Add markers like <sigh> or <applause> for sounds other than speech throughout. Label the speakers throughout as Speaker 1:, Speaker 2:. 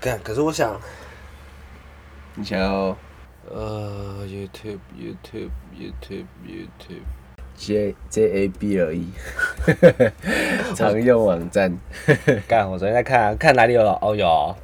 Speaker 1: 干，可是我想，
Speaker 2: 你想要
Speaker 1: 呃，YouTube YouTube YouTube YouTube，
Speaker 2: J J A B 而 <laughs> 已，常用网站。
Speaker 3: 干，我昨天在看，看哪里有老哦有哦，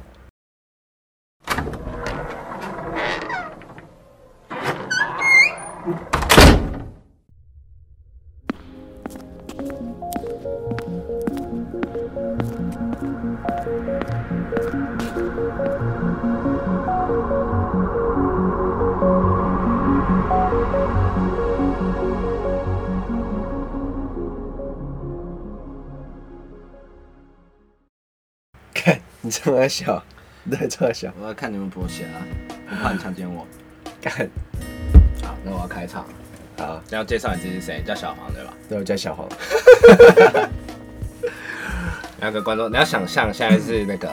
Speaker 2: 看你这么小，你在这么小，
Speaker 4: 我要看你们博写啊，我怕你强奸我。
Speaker 2: 干
Speaker 4: 好，那我要开场。
Speaker 2: 好，
Speaker 4: 你要介绍你自己是谁？叫小黄对吧？
Speaker 2: 对我叫小黄，
Speaker 4: 那个观众，你要想象现在是那个，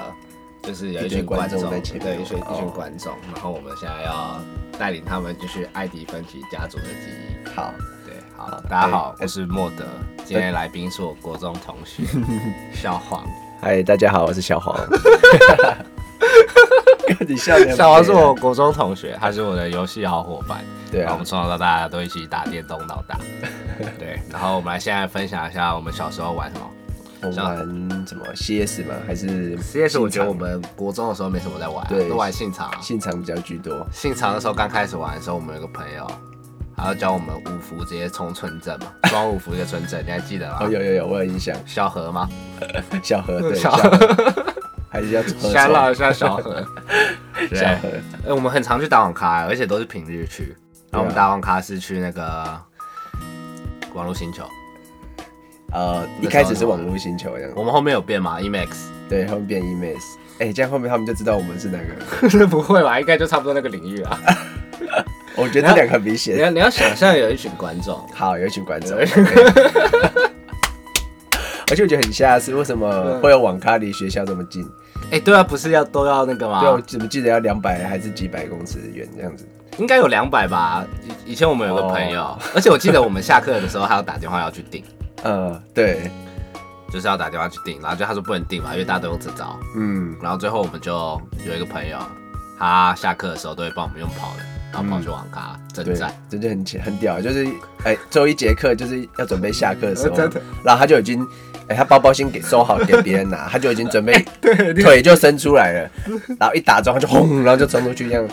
Speaker 4: 就是有一群观众
Speaker 2: 一群观众在前面
Speaker 4: 对，一群
Speaker 2: 哦
Speaker 4: 一群观众，然后我们现在要带领他们就是艾迪芬奇家族的记忆。
Speaker 2: 好，
Speaker 4: 对，好
Speaker 2: 好，
Speaker 4: 大家
Speaker 2: 哎
Speaker 4: 好，我是莫德，今天来宾是我国中同学小黄，
Speaker 2: 嗨，大家好，我是小黄。 <laughs> 你笑得很
Speaker 4: 小黄是
Speaker 2: 美啊
Speaker 4: 我国中同学，他是我的游戏好伙伴。
Speaker 2: 对
Speaker 4: 然后我
Speaker 2: 啊
Speaker 4: 们，从小到大都一起打电动到大。对，然后我们来现在分享一下我们小时候玩什么。
Speaker 2: 我玩什么 CS 吗？还是
Speaker 4: CS 我觉得我
Speaker 2: 信长
Speaker 4: 们国中的时候没什么在玩、啊，
Speaker 2: 对
Speaker 4: 都玩信长、啊。
Speaker 2: 信长比较居多。
Speaker 4: 信长的时候刚开始玩的时候，我们有个朋友，他要教我们五福直接冲村镇嘛，装五福一个村镇，你还记得吗？
Speaker 2: 哦，有有有，我有印象。
Speaker 4: 小河吗？
Speaker 2: 小河对，
Speaker 4: 小
Speaker 2: 小
Speaker 4: 河
Speaker 2: 河， <laughs> 还是要喝
Speaker 4: 吓到
Speaker 2: 茶
Speaker 4: 一下小 <laughs> 河。对，
Speaker 2: 小
Speaker 4: 哎、
Speaker 2: 河，
Speaker 4: 我们很常去打网咖、而且都是平日去。然后我们
Speaker 2: 对啊
Speaker 4: 打网咖是去那个网络星球，
Speaker 2: 呃，一开始是网络星球这样
Speaker 4: 我，们后面有变吗？Emax？E <laughs>
Speaker 2: 对，后面变 EMS。哎，这样后面他们就知道我们是哪个了。
Speaker 4: 不会吧？应该就差不多那个领域啊。
Speaker 2: 我觉得这两个很明
Speaker 4: 你
Speaker 2: 显。
Speaker 4: 要你要想象有一群观众，
Speaker 2: 好，有一群观众。
Speaker 4: 对
Speaker 2: <laughs> 而且我觉得很吓的是，为什么会有网咖离学校这么近？
Speaker 4: <laughs> 哎、嗯对啊啊，不是要都要那个
Speaker 2: 对，啊我
Speaker 4: 吗？
Speaker 2: 怎么记得要两百还是几百公尺远这样子？
Speaker 4: 应该有两百吧。以以前我们有个朋友，而且我记得我们下课的时候，他要打电话要去订，嗯
Speaker 2: 呃，对，
Speaker 4: 就是要打电话去订，然后就他说不能订嘛，因为大家都用这招。
Speaker 2: 嗯，
Speaker 4: 然后最后我们就有一个朋友，他下课的时候都会帮我们用跑的，然后跑去网咖征
Speaker 2: 对
Speaker 4: 战。，
Speaker 2: 真的很强很屌，就是哎，最后一节课就是要准备下课的时
Speaker 4: <laughs>
Speaker 2: 候
Speaker 4: 真的，
Speaker 2: 然后他就已经。哎、他包包先给收好给别人拿，他就已经
Speaker 4: <laughs>
Speaker 2: 准备腿就伸出来了，然后一打中他就轰，然后就冲出去这样，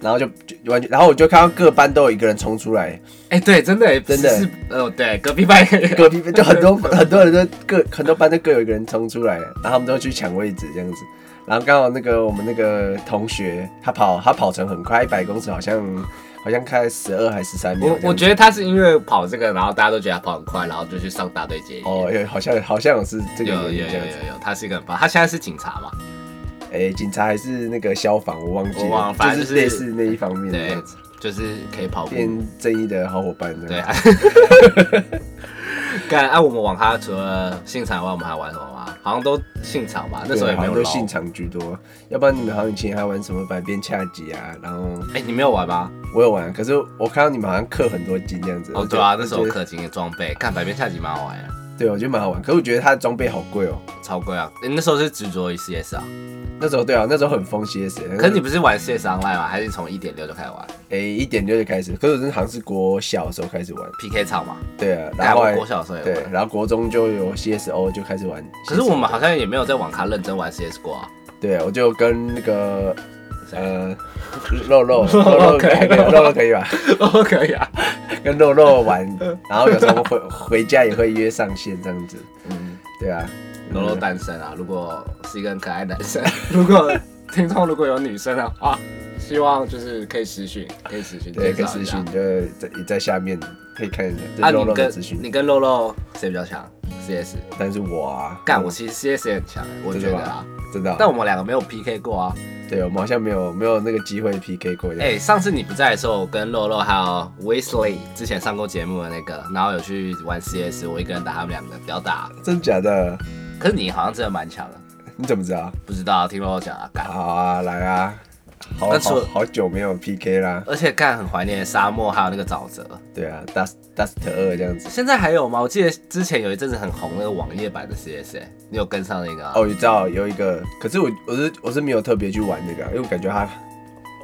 Speaker 2: 然后就就完全，然后我就看到各班都有一个人冲出来，
Speaker 4: 哎、对，真的、
Speaker 2: 真的
Speaker 4: 是，呃，对，隔壁班
Speaker 2: 隔壁就很多很多人都各很多班都各有一个人冲出来，然后他们都去抢位置这样子。然后刚好那个我们那个同学，他跑他跑程很快，一百公尺好像好像开十二还十三秒
Speaker 4: 我 <laughs> 我觉
Speaker 2: 得
Speaker 4: 得他是因为跑这个，然后大家都觉得他跑很快，然后就去上大队接应。
Speaker 2: 哦，有好像好像有是这个
Speaker 4: 有有
Speaker 2: 原因
Speaker 4: 有
Speaker 2: 这
Speaker 4: 有
Speaker 2: 样子。
Speaker 4: 有有，他是一个很棒，他现在是警察嘛？
Speaker 2: 哎，警察还是那个消防，我忘记
Speaker 4: 我忘了
Speaker 2: 了，
Speaker 4: 反正
Speaker 2: 就是
Speaker 4: 就是
Speaker 2: 类似那一方面
Speaker 4: 嗯
Speaker 2: 的
Speaker 4: 对
Speaker 2: 样子，
Speaker 4: 就是可以跑步。
Speaker 2: 变正义的好伙伴这
Speaker 4: 对
Speaker 2: 样。
Speaker 4: 啊。 <laughs> 干啊！我们网咖除了信场以外，我们还玩什么吗？好像都信场吧，那时候也
Speaker 2: 好
Speaker 4: 没
Speaker 2: 像
Speaker 4: 有
Speaker 2: 都
Speaker 4: 捞
Speaker 2: 现。场居多，要不然你们好像以前还玩什么百变恰吉啊，然后
Speaker 4: 哎、你没有玩吗？
Speaker 2: 我有玩，啊可是我看到你们好像氪很多金这样子。
Speaker 4: 哦，
Speaker 2: 我
Speaker 4: 对啊，
Speaker 2: 就
Speaker 4: 那时
Speaker 2: 觉
Speaker 4: 候
Speaker 2: 得
Speaker 4: 氪金的装备，看百变下集蛮好玩的，
Speaker 2: 对，我觉得蛮好玩。可是我觉得它的装备好贵哦。
Speaker 4: 超贵啊！你那时候是执着于 CS 啊，
Speaker 2: 那时候对啊，那时候很疯 CS，
Speaker 4: 可是你不是玩 CS online 吗？还是从一点六就开始玩
Speaker 2: 诶哎一点六就开始，可是我真的好像是国小的时候开始玩，
Speaker 4: PK 场嘛？
Speaker 2: 对啊，
Speaker 4: 哎
Speaker 2: 然后后
Speaker 4: 我
Speaker 2: 来
Speaker 4: 国小的时候也
Speaker 2: 对
Speaker 4: 玩，。
Speaker 2: 然后国中就有 CSO 就开始玩 CSO，
Speaker 4: 可是我们好像也没有在网咖认真玩 CS 过啊。
Speaker 2: 对我就跟那个
Speaker 4: 谁
Speaker 2: 呃
Speaker 4: <laughs>
Speaker 2: 肉肉肉肉可以肉肉可以吧，
Speaker 4: 哦，可以啊。
Speaker 2: 跟肉肉玩，然后有时候回回家也会约上线这样子，
Speaker 4: 嗯，
Speaker 2: 对啊，
Speaker 4: 柔柔单身啊，如果是一个很可爱的男
Speaker 2: <laughs>
Speaker 4: 生，如果听众如果有女生的话，希望就是可以私讯，可以私讯，
Speaker 2: 嗯
Speaker 4: 介
Speaker 2: 对，跟
Speaker 4: 绍一
Speaker 2: 私
Speaker 4: 下
Speaker 2: 讯。就在在下面可以看一下，
Speaker 4: 啊，
Speaker 2: 这是肉
Speaker 4: 你
Speaker 2: 肉的
Speaker 4: 跟
Speaker 2: 资
Speaker 4: 你
Speaker 2: 讯，
Speaker 4: 跟肉肉谁比较强？CS
Speaker 2: 但是我啊
Speaker 4: 干，我其实 CS 也很强，我觉得啊，
Speaker 2: 真的啊，
Speaker 4: 但我们两个没有 PK 过啊。
Speaker 2: 对，我们好像没有没有那个机会 PK 过。哎、
Speaker 4: 哎，上次你不在的时候，我跟肉肉还有 Wesley 之前上过节目的那个，然后有去玩 CS，我一个人打他们两个，比较打。
Speaker 2: 真假的？ <laughs>
Speaker 4: 可是你好像真的蛮强的，
Speaker 2: 你怎么知道？
Speaker 4: 不知道听肉肉讲啊，干。
Speaker 2: 好啊，来啊，好
Speaker 4: 那除
Speaker 2: 好
Speaker 4: 了
Speaker 2: 好久没有 PK 啦。
Speaker 4: 而且看很怀念沙漠还有那个沼泽，
Speaker 2: 对啊，Dust Dust 二这样子。
Speaker 4: 现在还有吗？我记得之前有一阵子很红那个网页版的 CS，欸你有跟上那个、啊？
Speaker 2: 哦，你知道有一个，可是我我是我是没有特别去玩这个啊，因为我感觉它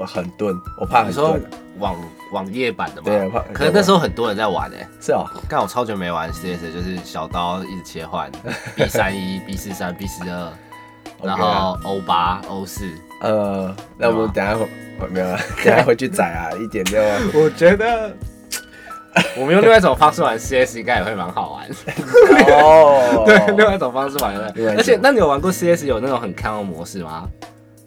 Speaker 2: 我很钝，我怕
Speaker 4: 你
Speaker 2: 很
Speaker 4: 说
Speaker 2: 钝啊。
Speaker 4: 网网页版的吗？
Speaker 2: 对，我怕。
Speaker 4: 可是那时候很多人在玩诶、欸，
Speaker 2: 是哦，
Speaker 4: 但我超久没玩 CS，就是小刀一直切换 B 三一、B 四三、B 四二，然
Speaker 2: <laughs> OK 啊
Speaker 4: 后 O 八、O 四。
Speaker 2: 呃，那我们等一下回没
Speaker 4: <laughs>
Speaker 2: 有啊，等一下回去载啊，一点六啊。
Speaker 4: 我觉得 <laughs> 我们用另外一种方式玩 CS 应该也会蛮好 <laughs> 玩。
Speaker 2: 哦，
Speaker 4: 啊对，啊另外一种方式玩的
Speaker 2: 另外一。种
Speaker 4: 而且，那你有玩过 CS 有那种很看的模式吗？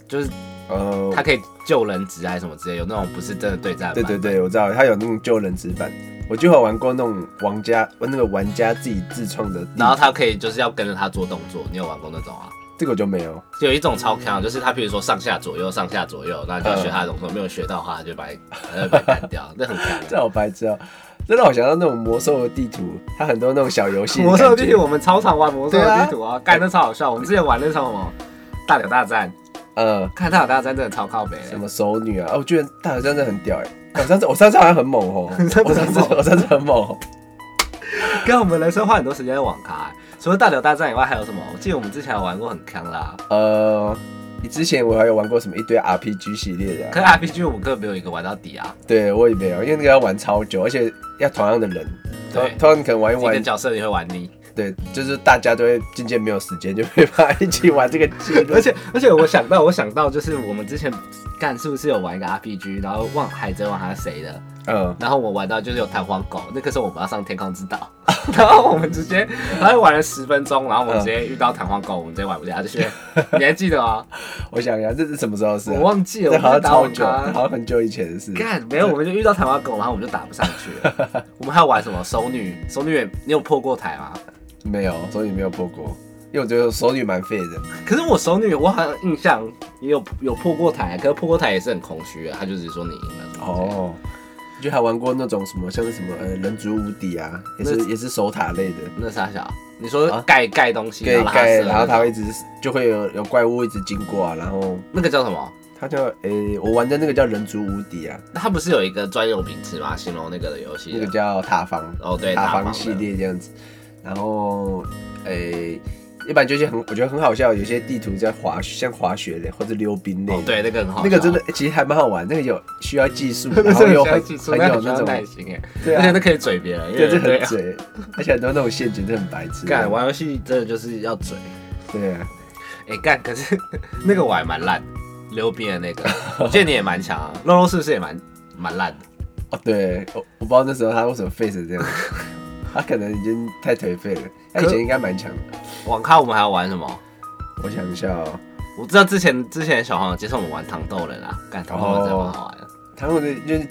Speaker 4: 就是
Speaker 2: 呃
Speaker 4: 它，可以救人质还是什么之类，有那种不是真的对战版
Speaker 2: 对对对，我知道，它有那种救人纸板，我就有玩过那种玩家那个玩家自己自创的地图，
Speaker 4: 然后它可以就是要跟着它做动作，你有玩过那种啊？
Speaker 2: 这个我就没有。
Speaker 4: 有一种超强，就是它比如说上下左右、上下左右，那你就要学它的动作，没有学到的话，它就把你它就把你干掉，那很
Speaker 2: 这
Speaker 4: <laughs> 强。
Speaker 2: 好白痴啊！真的，我想到那种魔兽的地图，它很多那种小
Speaker 4: <laughs>
Speaker 2: 游戏的感觉。
Speaker 4: 我们超常玩魔
Speaker 2: 兽的地
Speaker 4: 图啊，干的超好笑。我们之前玩那什么大鸟大战，
Speaker 2: 呃，
Speaker 4: 看大鸟大战真的超靠北
Speaker 2: 什么熟女啊？哦我觉得大挑战真的很屌哎、我上次我上次好像很猛
Speaker 4: <laughs>
Speaker 2: 哦，我上次我上次很猛哦，
Speaker 4: 跟我们人生花很多时间在网咖、除了大鸟大战以外，还有什么？我记得我们之前有玩过很坑啦、
Speaker 2: 呃，你之前我还有玩过什么一堆 RPG 系列的啊、
Speaker 4: 可是 RPG 我们根本没有一个玩到底啊，
Speaker 2: 对我也没有，因为那个要玩超久，而且要同样的人，同
Speaker 4: 对
Speaker 2: 同样可能玩一
Speaker 4: 自己的
Speaker 2: 玩，
Speaker 4: 角色你会玩腻。
Speaker 2: 对，就是大家都会渐渐没有时间，就没办法一起玩这个记录。
Speaker 4: 而且而且 <laughs> 我想到我想到就是我们之前干是不是有玩一个 RPG，然后忘海贼王还是谁的，
Speaker 2: 嗯，
Speaker 4: 然后我玩到就是有弹簧狗，那个时候我们要上天空之岛， <laughs> 然后我们直接然后玩了十分钟，然后我们直
Speaker 2: 嗯
Speaker 4: 接遇到弹簧狗，我们直接玩不下去。你还记得吗？
Speaker 2: 我想一下， <laughs> 这是什么时候的事、
Speaker 4: 我
Speaker 2: 啊？
Speaker 4: 忘记了，
Speaker 2: 这
Speaker 4: 我
Speaker 2: 好
Speaker 4: 们
Speaker 2: 像
Speaker 4: 打
Speaker 2: 超
Speaker 4: 网
Speaker 2: 久，这
Speaker 4: 咖。
Speaker 2: 好像很久以前的事。
Speaker 4: 干没有，我们就遇到弹簧狗，然后我们就打不上
Speaker 2: <laughs>
Speaker 4: 去了。我们还要玩什么熟女？熟女也，你有破过台吗？
Speaker 2: 没有，所以没有破过，因为我觉得手女蛮废的。
Speaker 4: 可是我熟女，我好像印象也有有破过台，可是破过台也是很空虚啊。他就只是说你赢了。哦，
Speaker 2: 哦，就还玩过那种什么，像是什么呃人族无敌啊，也是也是守塔类的，
Speaker 4: 那傻小，你说
Speaker 2: 啊
Speaker 4: 盖盖东西，
Speaker 2: 可以
Speaker 4: 然后拉啊
Speaker 2: 盖，
Speaker 4: 色
Speaker 2: 然后它会一直就会有有怪物一直经过啊，然后
Speaker 4: 那个叫什么？
Speaker 2: 它叫诶、我玩的那个叫人族无敌啊，
Speaker 4: 它不是有一个专有名词吗？形容那个的游戏的。
Speaker 2: 那个叫塔防，
Speaker 4: 哦，对，
Speaker 2: 塔
Speaker 4: 防
Speaker 2: 防
Speaker 4: 的
Speaker 2: 系。列这样子，然后诶。一般就是很，我觉得很好笑，有些地图在滑，像滑雪类或者溜冰类的
Speaker 4: 哦，对，那个很好笑，
Speaker 2: 那个真的、诶其实还蛮好玩，那个有需要技术，然
Speaker 4: <laughs> 那
Speaker 2: 后
Speaker 4: 是
Speaker 2: 又
Speaker 4: 有很
Speaker 2: 很
Speaker 4: 技术，
Speaker 2: 很
Speaker 4: 那
Speaker 2: 有
Speaker 4: 很需
Speaker 2: 那
Speaker 4: 要
Speaker 2: 种，
Speaker 4: 耐心哎，
Speaker 2: 对
Speaker 4: 而且
Speaker 2: 啊
Speaker 4: 那，可以嘴别人，因
Speaker 2: 对，
Speaker 4: 为
Speaker 2: 这很
Speaker 4: 啊
Speaker 2: 嘴，而且很多那种陷阱真的很白痴。
Speaker 4: 干玩游戏真的就是要嘴。
Speaker 2: 对啊，
Speaker 4: 哎、干，可是 <laughs> 那个我还蛮烂，溜冰的那 <laughs> 个，我觉得你也蛮强啊，肉肉是不是也蛮蛮烂的？
Speaker 2: 哦对，我我不知道那时候他为什么废
Speaker 4: <laughs>
Speaker 2: 成这样，他可能已经太颓废了。他以前应该蛮强的，
Speaker 4: 网咖我们还要玩什么？
Speaker 2: 我想一下哦，
Speaker 4: 我知道之前之前小黄有介绍我们玩糖豆人啊，干糖豆人真的蛮好玩的。
Speaker 2: 他们的就是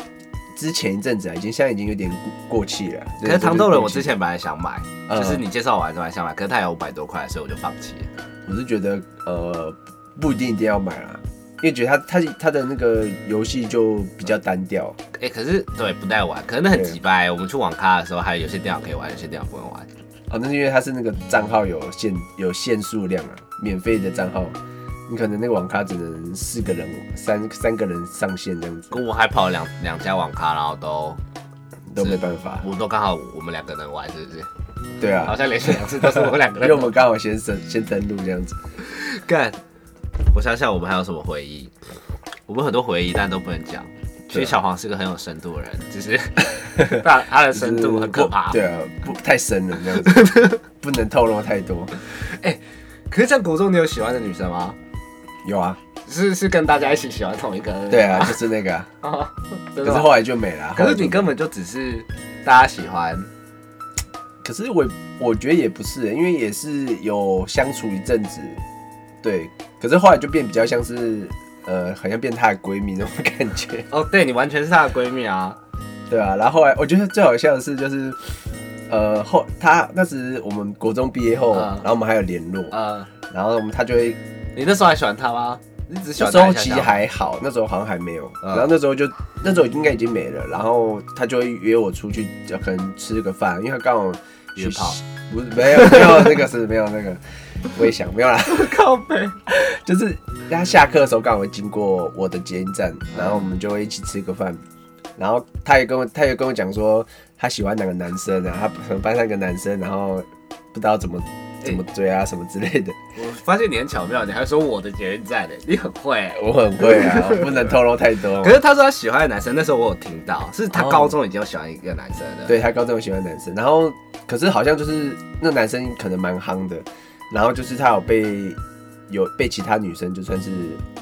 Speaker 2: 之前一阵子啊，已经现在已经有点过过气了。
Speaker 4: 可是糖豆人我之前本来想买，
Speaker 2: 嗯
Speaker 4: 就是你介绍我还是蛮想买，可是它有五百多块，所以我就放弃了。
Speaker 2: 我是觉得呃不一定一定要买啦，因为觉得他他他的那个游戏就比较单调。
Speaker 4: 哎、可是对不带玩，可是那很
Speaker 2: 对
Speaker 4: 鸡掰。我们去网咖的时候，还有有些电脑可以玩，有些电脑不能玩。
Speaker 2: 哦，那是因为它是那个账号有限有限数量啊，免费的账号，
Speaker 4: 嗯
Speaker 2: 你可能那个网咖只能四个人、三三个人上线这样子，
Speaker 4: 跟我还跑了两两家网咖，然后都
Speaker 2: 都没办法。
Speaker 4: 我都刚好我们两个人玩，是不是？
Speaker 2: 对
Speaker 4: 好
Speaker 2: 啊，
Speaker 4: 像连续两次都是我们两个人
Speaker 2: 因为我们刚好先登先登录这样子。
Speaker 4: 干，我想想我们还有什么回忆？我们很多回忆，但都不能讲。其
Speaker 2: 啊
Speaker 4: 实小黄是个很有深度的人，只
Speaker 2: <laughs>
Speaker 4: 是他他的深度很可怕。
Speaker 2: 不对啊，不太深了这样子，
Speaker 4: <laughs>
Speaker 2: 不能透露太多。
Speaker 4: 可是在国中，你有喜欢的女生吗？
Speaker 2: 有啊，
Speaker 4: 是是跟大家一起喜欢同一个人？
Speaker 2: 对啊，就是那个、
Speaker 4: <laughs>
Speaker 2: 啊，
Speaker 4: 哦，真
Speaker 2: <laughs> 可
Speaker 4: 的
Speaker 2: 是
Speaker 4: 吗
Speaker 2: 后来就没了啊。
Speaker 4: 可
Speaker 2: 后
Speaker 4: 是
Speaker 2: 来就
Speaker 4: 你根本就只是大家喜欢，
Speaker 2: 可是我我觉得也不是欸、因为也是有相处一阵子，对，可是后来就变比较像是呃，好像变她的闺蜜那种感觉。 <laughs>
Speaker 4: 哦，对你完全是她的闺蜜啊。
Speaker 2: 对啊，然后后来我觉得最好笑的是，就是呃后他那时我们国中毕业后，
Speaker 4: 嗯
Speaker 2: 然后我们还有联络，
Speaker 4: 呃，
Speaker 2: 然后我们他就会
Speaker 4: 你那时候还喜欢她吗？你只喜
Speaker 2: 那
Speaker 4: 欢
Speaker 2: 时
Speaker 4: 她
Speaker 2: 候
Speaker 4: 一下
Speaker 2: 其
Speaker 4: 下
Speaker 2: 实
Speaker 4: 吗
Speaker 2: 还好，那时候好像还没有，
Speaker 4: 嗯
Speaker 2: 然后那时候就那时候应该已经没了，然后他就会约我出去，就可能吃个饭，因为他刚好去
Speaker 4: 约炮， <laughs>
Speaker 2: 不是没有没有那个是没有那个。我也想没有啦，
Speaker 4: 靠背，
Speaker 2: 就是他下课的时候刚好会经过我的捷运站，然后我们就会一起吃个饭。然后他也跟我，他也跟我讲说他喜欢哪个男生啊，他可能班上一个男生，然后不知道怎么怎么追啊什么之类的。
Speaker 4: 我发现你很巧妙，你还说我的捷运站的，你很会欸、
Speaker 2: 我很会啊，我不能透露太多
Speaker 4: 可。是他说他喜欢的男生，那时候我有听到，是他
Speaker 2: 哦
Speaker 4: 高中已经有喜欢一个男生了。，
Speaker 2: 对他高中有喜欢男生，然后可是好像就是那男生可能蛮夯的，然后就是他有被有被其他女生就算是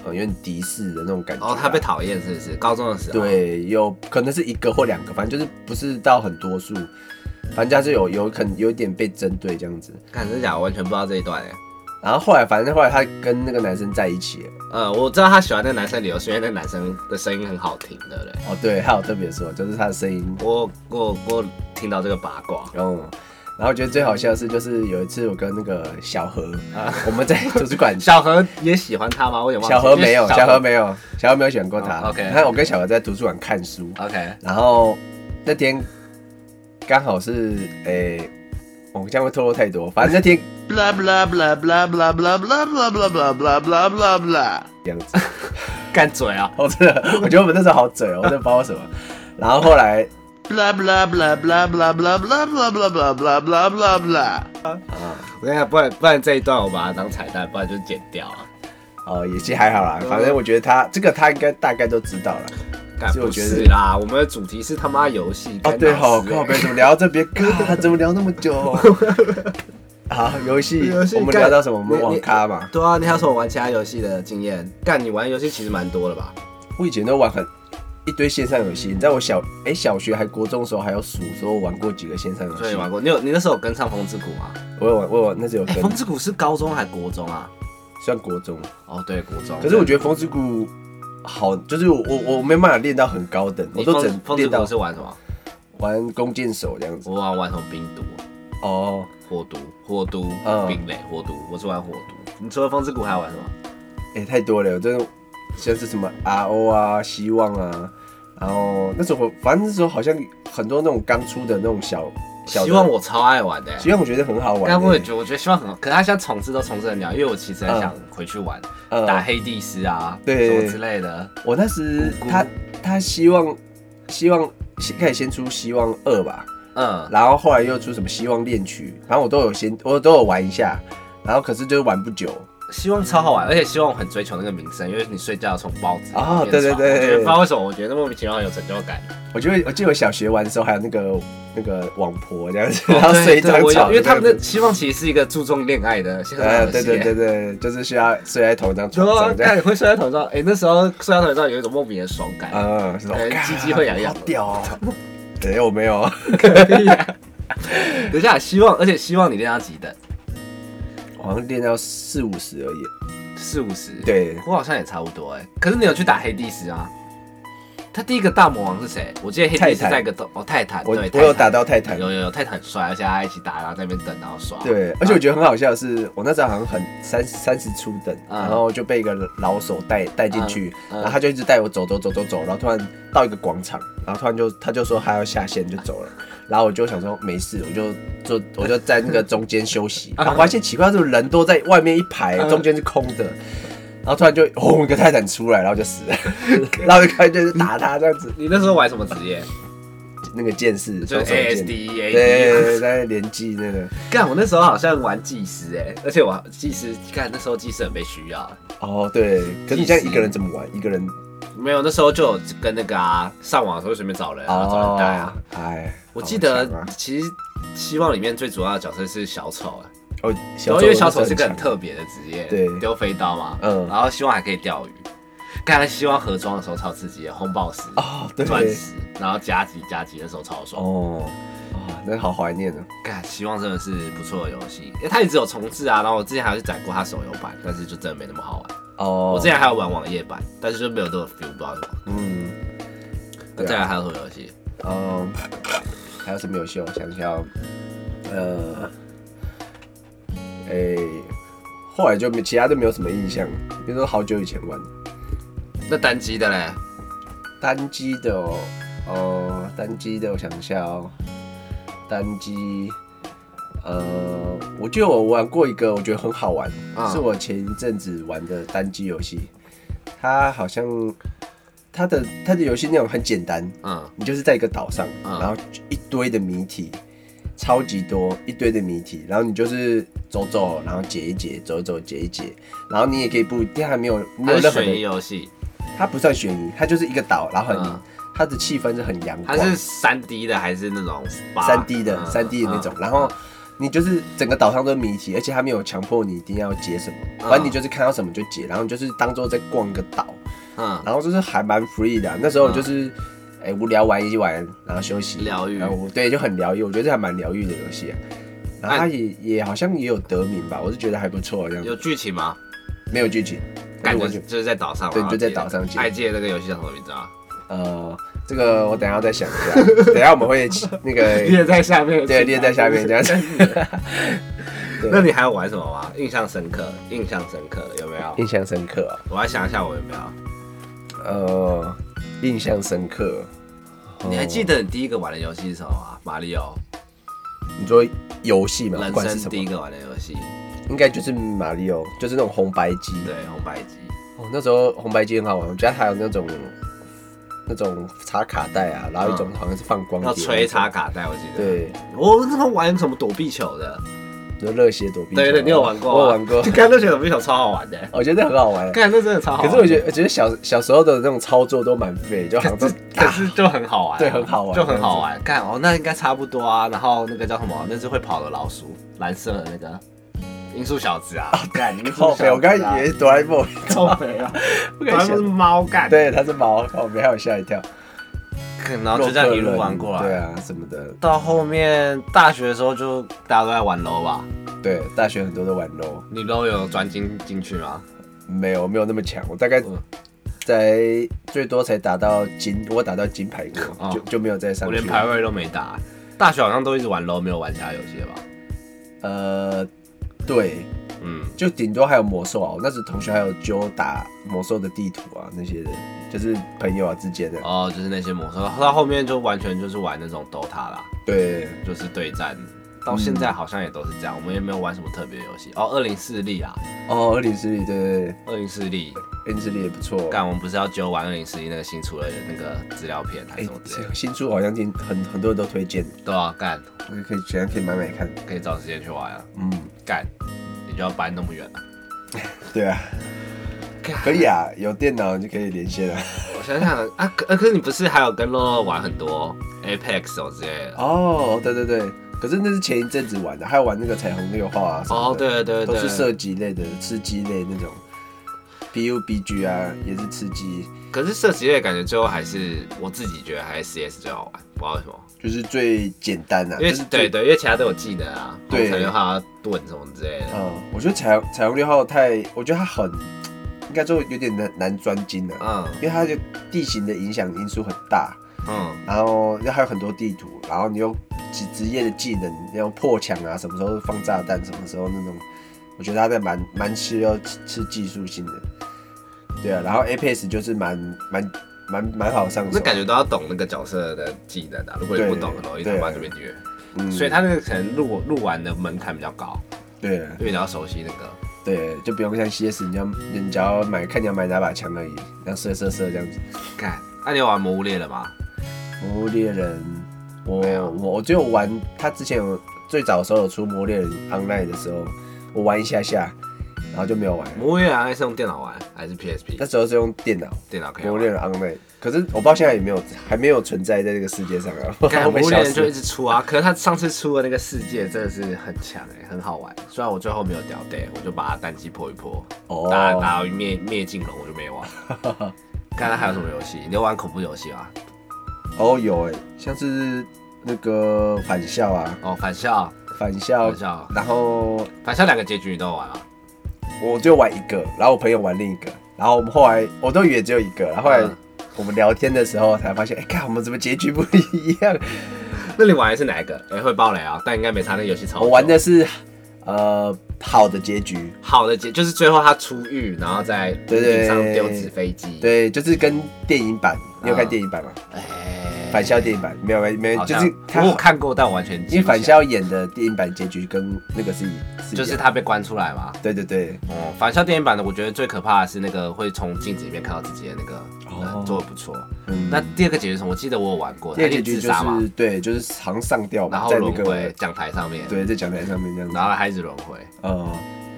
Speaker 2: 呃有点敌视的那种感
Speaker 4: 然
Speaker 2: 觉吧。
Speaker 4: 后哦他被讨厌是不是？高中
Speaker 2: 啊
Speaker 4: 的时候，，
Speaker 2: 对，有可能是一个或两个，反正就是不是到很多数，反正他是有有可能有一点被针对这样子。
Speaker 4: 看真假，我完全不知道这一段哎、
Speaker 2: 然后后来反正后来他跟那个男生在一起了，
Speaker 4: 呃，我知道他喜欢那个男生的理由是因为那个男生的声音很好听，对不对？
Speaker 2: 哦对，他有特别说，就是他的声音，
Speaker 4: 我我我听到这个八卦，
Speaker 2: 然后然后我觉得最好笑的是就是有一次我跟那 <laughs> 个小何，我们在图书馆。
Speaker 4: 小何也喜欢他吗？我有点忘记。
Speaker 2: 小何没有，
Speaker 4: 因为
Speaker 2: 小何没有，小何没有选过他。
Speaker 4: 哦，OK
Speaker 2: 你看我跟小何在图书馆看书，
Speaker 4: OK，
Speaker 2: 然后那天刚好是诶、我这样会透露太多，反正那 <laughs> 天
Speaker 5: blah blah blah blah blah blah blah blah blah blah blah blah blah blah.
Speaker 2: 这样子，
Speaker 4: 干嘴
Speaker 2: <laughs>
Speaker 4: 啊！
Speaker 2: 我哦真的，我觉得我们那时候好嘴哦，我真的不知道为
Speaker 4: <laughs>
Speaker 2: 什么。然后后来
Speaker 5: Blah blah blah blah blah blah blah blah blah blah blah blah blah blah.
Speaker 4: 我跟你讲，不然不然这一段我把它当彩蛋，不然就剪掉啊。
Speaker 2: 哦，也是还好啦，反正我觉得他这个他应该大概都知道了。
Speaker 4: 干
Speaker 2: 所以我
Speaker 4: 不
Speaker 2: 觉得
Speaker 4: 是啦，我们的主题是他妈游戏。
Speaker 2: 哦，对
Speaker 4: 好
Speaker 2: 吼，靠北怎么聊到这
Speaker 4: <laughs>
Speaker 2: 边？嘎，怎么聊那么久？好，游戏
Speaker 4: 游戏，
Speaker 2: 我们
Speaker 4: 干
Speaker 2: 聊到什么？我
Speaker 4: 你
Speaker 2: 们
Speaker 4: 你
Speaker 2: 网咖嘛。
Speaker 4: 对啊，你还有什么玩其他游戏的经验？干，你玩游戏其实蛮多的吧？
Speaker 2: 我以前都玩很一堆线上游戏，你知道我小哎、小学还国中的时候还有数说我玩过几个线上游
Speaker 4: 所以
Speaker 2: 戏
Speaker 4: 你，玩过，你有你那时候有跟上《风之谷》吗？
Speaker 2: 我有玩我有玩那时候有
Speaker 4: 哎，
Speaker 2: 跟、
Speaker 4: 《风之谷》是高中还国中啊？
Speaker 2: 算国中，
Speaker 4: 哦，对，国中。
Speaker 2: 可是我觉得风之谷好，就是我我我没办法练到很高等，我
Speaker 4: 你
Speaker 2: 都
Speaker 4: 风
Speaker 2: 只
Speaker 4: 风之
Speaker 2: 能练
Speaker 4: 谷
Speaker 2: 到
Speaker 4: 是玩什么？
Speaker 2: 玩弓箭手这样子。
Speaker 4: 我玩玩什么冰毒、啊
Speaker 2: 哦，
Speaker 4: 火毒、火毒
Speaker 2: 嗯、
Speaker 4: 冰雷、火毒，我是玩火毒。你除了风之谷还玩什么？
Speaker 2: 哎、太多了，我真的像是什么 RO 啊、希望啊，然后那时候我反正那时候好像很多那种刚出的那种小小的，
Speaker 4: 希望我超爱玩的、
Speaker 2: 希望我觉得很好玩、
Speaker 4: 该不会
Speaker 2: 欸
Speaker 4: 觉得我觉得希望很好，可是他现在重置都重置得了，因为我其实很想回去玩、
Speaker 2: 嗯
Speaker 4: 打黑帝斯啊，
Speaker 2: 对
Speaker 4: 什么之类的。
Speaker 2: 我那时
Speaker 4: 姑姑
Speaker 2: 他他希望希望先开始先出希望二吧，
Speaker 4: 嗯，
Speaker 2: 然后后来又出什么希望恋曲，然后我都有先我都有玩一下，然后可是就是玩不久，
Speaker 4: 希望超好玩，而且希望我很追求那个名声，因为你睡觉从包子
Speaker 2: 哦
Speaker 4: 变成
Speaker 2: 对
Speaker 4: 床
Speaker 2: 对
Speaker 4: 我觉得不知
Speaker 2: 对
Speaker 4: 道为什么，我觉得莫名其妙有成就感。
Speaker 2: 我就会我记得我小学玩的时候还有那个那个网婆这样子，
Speaker 4: 哦
Speaker 2: <laughs> 然后
Speaker 4: 对
Speaker 2: 睡一张
Speaker 4: 对我有
Speaker 2: 床，
Speaker 4: 因为他们
Speaker 2: 这样
Speaker 4: 的
Speaker 2: 子
Speaker 4: 希望其实是一个注重恋爱的，现在
Speaker 2: 呃对对对对，就是需要睡在同一张床
Speaker 4: 对啊，
Speaker 2: 上这样 <laughs>
Speaker 4: 看。你会睡在头上，哎、那时候睡在头上有一种莫名的爽感。
Speaker 2: 嗯，是吧
Speaker 4: 对
Speaker 2: 干
Speaker 4: 鸡鸡会痒痒
Speaker 2: 好屌哦！对，我没有，
Speaker 4: 等一下，希望，而且希望你练到几等？
Speaker 2: 好像练到四五十而已。
Speaker 4: 四五十？，
Speaker 2: 对，
Speaker 4: 我好像也差不多哎、可是你有去打黑帝斯啊？他第一个大魔王是谁？我记得黑帝斯
Speaker 2: 泰坦
Speaker 4: 在一个斗哦泰坦，
Speaker 2: 我
Speaker 4: 对，
Speaker 2: 我
Speaker 4: 泰
Speaker 2: 有
Speaker 4: 坦
Speaker 2: 打到泰坦，
Speaker 4: 有有有泰坦很帅，而且他一起打，然后在那边等，然后刷。
Speaker 2: 对，而且我觉得很好笑的是，我那时候好像很三三十出等，
Speaker 4: 嗯
Speaker 2: 然后就被一个老手带带进去，
Speaker 4: 嗯嗯
Speaker 2: 然后他就一直带我走走走走走，然后突然到一个广场，然后突然就他就说他要下线就走了，然后我就想说没事，我就就我就在那个中间休息，然后发现奇怪，怎么人都在外面一排，中间是空的。然后突然就哦轰一个泰坦出来，然后就死了，然后就开始就是打他这样子，
Speaker 4: 你那时候玩什么职业？
Speaker 2: 那个剑士
Speaker 4: 就
Speaker 2: 双手
Speaker 4: ASD
Speaker 2: 剑，对对对
Speaker 4: AD。
Speaker 2: 对，在连击那个
Speaker 4: 干，我那时候好像玩祭司哎、而且我祭司干那时候祭司很被需要，
Speaker 2: 哦，对，可是你这样一个人怎么玩？一个人
Speaker 4: 没有那时候就有跟那个啊上网的时候随便找人啊找人带啊。
Speaker 2: 哎，
Speaker 4: 我记得
Speaker 2: 哦好强啊
Speaker 4: 其实希望里面最主要的角色是小丑啊，
Speaker 2: 哦，
Speaker 4: 然
Speaker 2: 小
Speaker 4: 后
Speaker 2: 丑
Speaker 4: 因为小丑是
Speaker 2: 真
Speaker 4: 个
Speaker 2: 的
Speaker 4: 很
Speaker 2: 强
Speaker 4: 特别的职业，
Speaker 2: 对
Speaker 4: 丢飞刀嘛，
Speaker 2: 嗯
Speaker 4: 然后希望还可以钓鱼。刚才希望盒装的时候超刺激的，红宝石、
Speaker 2: 哦，对
Speaker 4: 钻石，然后加急加急的时候超爽。
Speaker 2: 哦，啊，那好怀念哦。
Speaker 4: 干，希望真的是不错的游戏，因为它一直有重置啊。然后我之前还有去载过它手游版，但是就真的没那么好玩。
Speaker 2: 哦，
Speaker 4: 我之前还有玩网页版，但是就没有这个 feel，不知道为什么。
Speaker 2: 嗯，
Speaker 4: 那
Speaker 2: 对啊
Speaker 4: 再来还有什么游戏？
Speaker 2: 哦，还有什么游戏？我想一下哦，呃，哎，后来就没其他都没有什么印象，因为都好久以前玩
Speaker 4: 那单机的嘞？
Speaker 2: 单机的哦，哦，单机的我想一下哦，单机，呃，我就有玩过一个，我觉得很好玩，
Speaker 4: 嗯
Speaker 2: 是我前一阵子玩的单机游戏。它好像它的它的游戏内容很简单，
Speaker 4: 嗯
Speaker 2: 你就是在一个岛上，
Speaker 4: 嗯
Speaker 2: 然后一堆的谜题，超级多一堆的谜题，然后你就是走走，然后解一解，走一走解一解，然后你也可以不一定还没有没
Speaker 4: 它
Speaker 2: 有
Speaker 4: 是
Speaker 2: 任何
Speaker 4: 悬疑
Speaker 2: 的，
Speaker 4: 游戏，
Speaker 2: 它不算悬疑，它就是一个岛，然后很、
Speaker 4: 嗯
Speaker 2: 它的气氛是很阳
Speaker 4: 它
Speaker 2: 光，
Speaker 4: 是三 D 的还是那种
Speaker 2: 三 D 的
Speaker 4: 嗯
Speaker 2: 三 D 的那种，然后你就是整个岛上都是谜题，而且他没有强迫你一定要解什么，
Speaker 4: 嗯
Speaker 2: 反正你就是看到什么就解，然后你就是当做在逛一个岛，
Speaker 4: 嗯
Speaker 2: 然后就是还蛮 free 的啊、那时候我就是哎、无聊玩一玩，然后休息
Speaker 4: 嗯疗愈
Speaker 2: 然后我对就很疗愈，我觉得这还蛮疗愈的游戏、啊。然后它也也好像也有得名吧，我是觉得还不错，这样
Speaker 4: 嗯有
Speaker 2: 子
Speaker 4: 剧情吗？
Speaker 2: 没有剧情，
Speaker 4: 感
Speaker 2: 就
Speaker 4: 觉
Speaker 2: 完全
Speaker 4: 就是在岛上，
Speaker 2: 对
Speaker 4: 然后
Speaker 2: 就在
Speaker 4: 记得
Speaker 2: 岛上记
Speaker 4: 爱记得那个游戏叫什么名字啊？
Speaker 2: 呃，这个我等一下再想一下， <laughs> 等一下我们会那个
Speaker 4: <laughs> 列在下面，
Speaker 2: 对列在下面这
Speaker 4: <laughs>
Speaker 2: 样子。对
Speaker 4: 那你还有玩什么吗？印象深刻，印象深刻有没有？
Speaker 2: 印象深刻、哦。
Speaker 4: 我来想一下我有没有。
Speaker 2: 呃，印象深刻。哦
Speaker 4: 你还记得你第一个玩的游戏是什么吗？马里奥，
Speaker 2: 你说游戏嘛，不
Speaker 4: 人
Speaker 2: 管是
Speaker 4: 生
Speaker 2: 什
Speaker 4: 第一
Speaker 2: 么，
Speaker 4: 个玩的游戏，
Speaker 2: 应该就是马里奥，就是那种红白机。
Speaker 4: 对，红白机。
Speaker 2: 哦，那时候红白机很好玩，我觉得还有那种那种插卡带啊，然后一种
Speaker 4: 嗯
Speaker 2: 好像是放光碟，
Speaker 4: 要吹插。卡带，我记得。，
Speaker 2: 对，
Speaker 4: 我哦那时候玩什么躲避球的？
Speaker 2: 就热血躲避球。
Speaker 4: 对对，你啊有玩过吗？
Speaker 2: 我有玩
Speaker 4: <laughs>
Speaker 2: 过 <laughs>
Speaker 4: 就，看那些躲避球超好玩的，
Speaker 2: 我觉得很好玩。
Speaker 4: 看那真的超 <laughs> 好啊
Speaker 2: 可
Speaker 4: 玩。
Speaker 2: 是我觉得，我觉得小小时候的那种操作都蛮废，就好
Speaker 4: <laughs>
Speaker 2: 像都
Speaker 4: 可是就很好玩啊，
Speaker 2: 对很好玩
Speaker 4: 就很好玩。看哦，那应该差不多啊。然后那个叫什么？那只会跑的老鼠，蓝色的那个音速小子啊。干，音速
Speaker 2: 靠
Speaker 4: 小
Speaker 2: 背。
Speaker 4: 子啊
Speaker 2: 哎我刚才以为哆啦 A 梦，
Speaker 4: 靠北 <laughs> 啊，
Speaker 2: 不敢
Speaker 4: 他们是
Speaker 2: 想。
Speaker 4: 猫干。
Speaker 2: 对，它是毛，靠背，还有吓一跳。
Speaker 4: 看，然后就这样一路玩过来。
Speaker 2: 对啊，什么的，
Speaker 4: 到后面大学的时候，就大家都在玩 LO 吧？
Speaker 2: 对，大学很多都玩 LO，
Speaker 4: 你 LO 有专精进去吗？
Speaker 2: 没有没有那么强，我大概
Speaker 4: 嗯
Speaker 2: 在最多才打到金，我打到金牌过，
Speaker 4: 哦
Speaker 2: 就就没有再上
Speaker 4: 我
Speaker 2: 去。
Speaker 4: 连排位都没打。大学好像都一直玩 LO，没有玩其他游戏了吧？
Speaker 2: 呃，对，
Speaker 4: 嗯，
Speaker 2: 就顶多还有魔兽啊，我那时同学还有揪打魔兽的地图啊那些的，就是朋友啊之间的。
Speaker 4: 哦，就是那些魔兽，到后面就完全就是玩那种 DOTA 啦。
Speaker 2: 对，
Speaker 4: 就是对战，到现在好像也都是这样，我们也没有玩什么特别游戏。哦，二零四力啊，
Speaker 2: 哦，二零四力，对对哎对，
Speaker 4: 二零四力，
Speaker 2: 二零四力也不错。
Speaker 4: 干，我们不是要揪玩二零四力那个新出的那个资料片还
Speaker 2: 哎
Speaker 4: 是什么之类的？
Speaker 2: 新出好像挺很很多人都推荐，
Speaker 4: 对啊，干，
Speaker 2: 我可以觉得可以买买看。
Speaker 4: 可以找时间去玩啊。
Speaker 2: 嗯，
Speaker 4: 干，你就要搬那么远啊了。
Speaker 2: 对啊，
Speaker 4: 干
Speaker 2: 可以啊，有电脑你就可以连线啊。
Speaker 4: 我想想啊，可可是你不是还有跟洛洛玩很多 Apex 哦之类的？
Speaker 2: 哦，对对对，可是那是前一阵子玩的，还有玩那个彩虹六号啊什么
Speaker 4: 哦，
Speaker 2: 的，
Speaker 4: 对对对
Speaker 2: 都
Speaker 4: 对
Speaker 2: 是射击类的、吃鸡类那种，PUBG 啊也是吃鸡，
Speaker 4: 可是射击类感觉最后还是我自己觉得还是 CS 最好玩，不知道为什么。
Speaker 2: 就是最简单啊，
Speaker 4: 因为
Speaker 2: 就是
Speaker 4: 对
Speaker 2: 最。
Speaker 4: 对，因为其他都有技能啊，
Speaker 2: 对
Speaker 4: 才有他盾什么之类的。
Speaker 2: 嗯，我觉得彩虹彩虹六号太，我觉得它很，应该说有点难难专精啊，
Speaker 4: 嗯
Speaker 2: 因为它的地形的影响因素很大，
Speaker 4: 嗯，
Speaker 2: 然后又还有很多地图，然后你又职职业的技能，你要破墙啊，什么时候放炸弹，什么时候那种，我觉得他在蛮蛮吃要吃吃技术性的，对啊，然后 Apex 就是蛮蛮蛮蛮好上手，
Speaker 4: 那感觉都要懂那个角色的技能啊，如果你不懂，很容易他妈就被虐。
Speaker 2: 嗯
Speaker 4: 所以他那个可能录录完的门槛比较高，
Speaker 2: 对啊
Speaker 4: 因为你要熟悉那个。
Speaker 2: 对，啊就不用像 CS，你要你只要买看你要买哪把枪而已，然后射射射这样子。
Speaker 4: 看，那、你有玩《魔物猎人》吗？
Speaker 2: 魔物猎人，我
Speaker 4: 没有
Speaker 2: 我我只有玩他之前有最早的时候有出魔物猎人 Online 的时候，我玩一下下，然后就没有玩了。
Speaker 4: 《魔物猎人》还是用电脑玩，还是 PSP？
Speaker 2: 那时候是用电脑，
Speaker 4: 电脑可以
Speaker 2: 魔物
Speaker 4: 玩。
Speaker 2: 猎人 Online，可是我不知道现在有没有，还没有存在在这个世界上啊。
Speaker 4: <laughs>
Speaker 2: 我
Speaker 4: 干《魔
Speaker 2: 会
Speaker 4: 物猎
Speaker 2: <laughs> 消
Speaker 4: 人》就一
Speaker 2: 失。
Speaker 4: 直出啊，可是他上次出的那个世界真的是很强哎、很好玩。虽然我最后没有掉队，我就把它单机破一破，
Speaker 2: 哦
Speaker 4: 打打灭灭尽龙我就没
Speaker 2: <laughs>
Speaker 4: 玩。看他还有什么游戏？你有玩恐怖游戏吗？
Speaker 2: 哦，有哎、像是那个返校啊，
Speaker 4: 哦，返校，
Speaker 2: 返校
Speaker 4: 返，校，
Speaker 2: 然后
Speaker 4: 返校两个结局你都有玩啊？
Speaker 2: 我就玩一个，然后我朋友玩另一个，然后我们后来我都以为只有一个，然后后来
Speaker 4: 嗯
Speaker 2: 我们聊天的时候才发现，哎、看我们怎么结局不一样？
Speaker 4: 那你玩的是哪一个？哎、会爆雷啊，但应该没差。那个游戏 <laughs> 超好
Speaker 2: 我玩的是呃好的结局，
Speaker 4: 好的结，就是最后他出狱，然后在屋
Speaker 2: 对对
Speaker 4: 顶上丢纸飞机。，
Speaker 2: 对，就是跟电影版，你有看
Speaker 4: 嗯
Speaker 2: 电影版吗？
Speaker 4: 哎、
Speaker 2: 返校电影版没有没有没有，
Speaker 4: 好
Speaker 2: 就
Speaker 4: 像
Speaker 2: 是他
Speaker 4: 我有看过，但完全记
Speaker 2: 因为
Speaker 4: 不
Speaker 2: 返
Speaker 4: 起来
Speaker 2: 校演的电影版结局跟那个是一
Speaker 4: 就是，
Speaker 2: 一样
Speaker 4: 他被关出来嘛。
Speaker 2: 对对对，
Speaker 4: 哦，返校电影版的，我觉得最可怕的是那个会从镜子里面看到自己的那个，呃
Speaker 2: 哦
Speaker 4: 做的不错。
Speaker 2: 嗯，
Speaker 4: 那第二个结局是什么？我记得我有玩过，
Speaker 2: 第二
Speaker 4: 他
Speaker 2: 结
Speaker 4: 去
Speaker 2: 局
Speaker 4: 自
Speaker 2: 就
Speaker 4: 杀嘛
Speaker 2: 是，对，就是常上吊
Speaker 4: 然
Speaker 2: 嘛，
Speaker 4: 后
Speaker 2: 在那
Speaker 4: 轮回
Speaker 2: 个
Speaker 4: 讲台上面，，
Speaker 2: 对在讲台上面这样子
Speaker 4: 然，后还一直轮回。
Speaker 2: 嗯，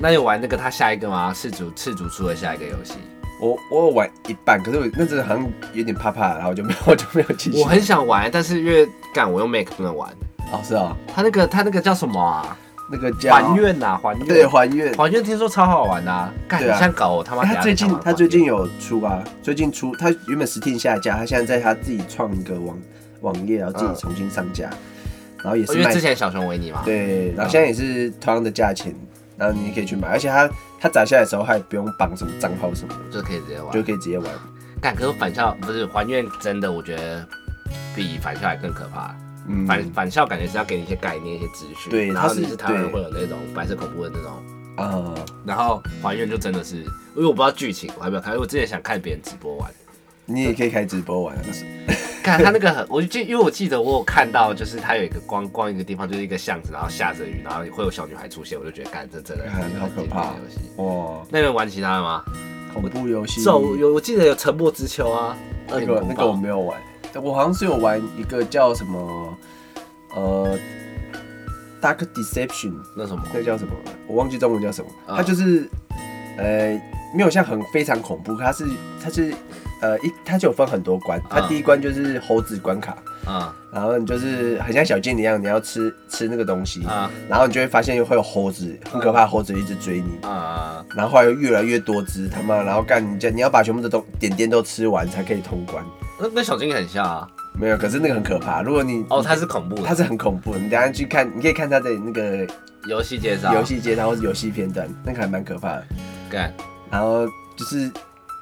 Speaker 4: 那有玩那个他下一个吗？赤足赤足出的下一个游戏，
Speaker 2: 我我有玩一半，可是我那阵好像有点怕怕，然后我就没有我就没有继续
Speaker 4: 我。很想玩，但是因为干我用 Mac 不能玩。
Speaker 2: 哦，是啊，
Speaker 4: 他那个他那个叫什么啊？
Speaker 2: 那个叫
Speaker 4: 还愿呐，还愿
Speaker 2: 对还愿，
Speaker 4: 还愿听说超好玩的、啊，干、
Speaker 2: 对啊
Speaker 4: 你像搞我他妈、
Speaker 2: 他最近
Speaker 4: 等一下
Speaker 2: 他
Speaker 4: 再
Speaker 2: 最近
Speaker 4: 玩
Speaker 2: 有出啊，最近出他原本实体下架，他现在在他自己创一个网网页，然后自己重新上架，然后也
Speaker 4: 还愿，嗯
Speaker 2: 是
Speaker 4: 哦因为
Speaker 2: 卖
Speaker 4: 之前小熊维尼嘛，
Speaker 2: 对，然后现在也是同样的价钱，然后你可以去买，而且他他砸下来的时候还不用绑什么账号什么的，
Speaker 4: 就可以直接玩
Speaker 2: 就。可以直接玩。
Speaker 4: 干，可是返校不是还愿，真的我觉得比返校还更可怕。
Speaker 2: 嗯，
Speaker 4: 返返校感觉是要给你一些概念、一些资讯，
Speaker 2: 对
Speaker 4: 然后
Speaker 2: 它是
Speaker 4: 你是台湾
Speaker 2: 对
Speaker 4: 会有那种白色恐怖的那种，
Speaker 2: 啊，
Speaker 4: 然后还愿就真的是，因为我不知道剧情，我还没有看，因为我之前想看别人直播玩。
Speaker 2: 你也可以开直播玩啊，
Speaker 4: 看他那个很，我记，因为我记得我有看到，就是他有一个光光一个地方，就是一个巷子，然后下着雨，然后会有小女孩出现，我就觉得干，这真的
Speaker 2: 干好可怕
Speaker 4: 很经典的游戏。
Speaker 2: 哇，
Speaker 4: 那人玩其他的吗？
Speaker 2: 恐怖游戏，
Speaker 4: 咒有，我记得有沉默之丘啊，
Speaker 2: 那个那个我没有玩，我好像是有玩一个叫什么呃 Dark Deception。
Speaker 4: 那什么，
Speaker 2: 那叫什么？我忘记中文叫什么。
Speaker 4: 嗯
Speaker 2: 它就是，呃，没有像很非常恐怖，它是它是，呃，一它就有分很多关。它
Speaker 4: 嗯
Speaker 2: 第一关就是猴子关卡，
Speaker 4: 啊
Speaker 2: 然后你就是很像小精灵一样，你要吃吃那个东西，
Speaker 4: 啊
Speaker 2: 然后你就会发现又会有猴子，很可怕，猴子一直追你。
Speaker 4: 啊！
Speaker 2: 然后后来又越来越多只，他妈，然后干你这你要把全部的东点点都吃完才可以通关。
Speaker 4: 那跟小精灵很像啊。
Speaker 2: 没有，可是那个很可怕。如果你
Speaker 4: 哦，它是恐怖
Speaker 2: 它
Speaker 4: 的
Speaker 2: 嗯是很恐怖的，你等一下去看，你可以看它的那个
Speaker 4: 游戏介绍，
Speaker 2: 游戏介绍或是游戏片段，那个还蛮可怕的。
Speaker 4: 干
Speaker 2: 然后就是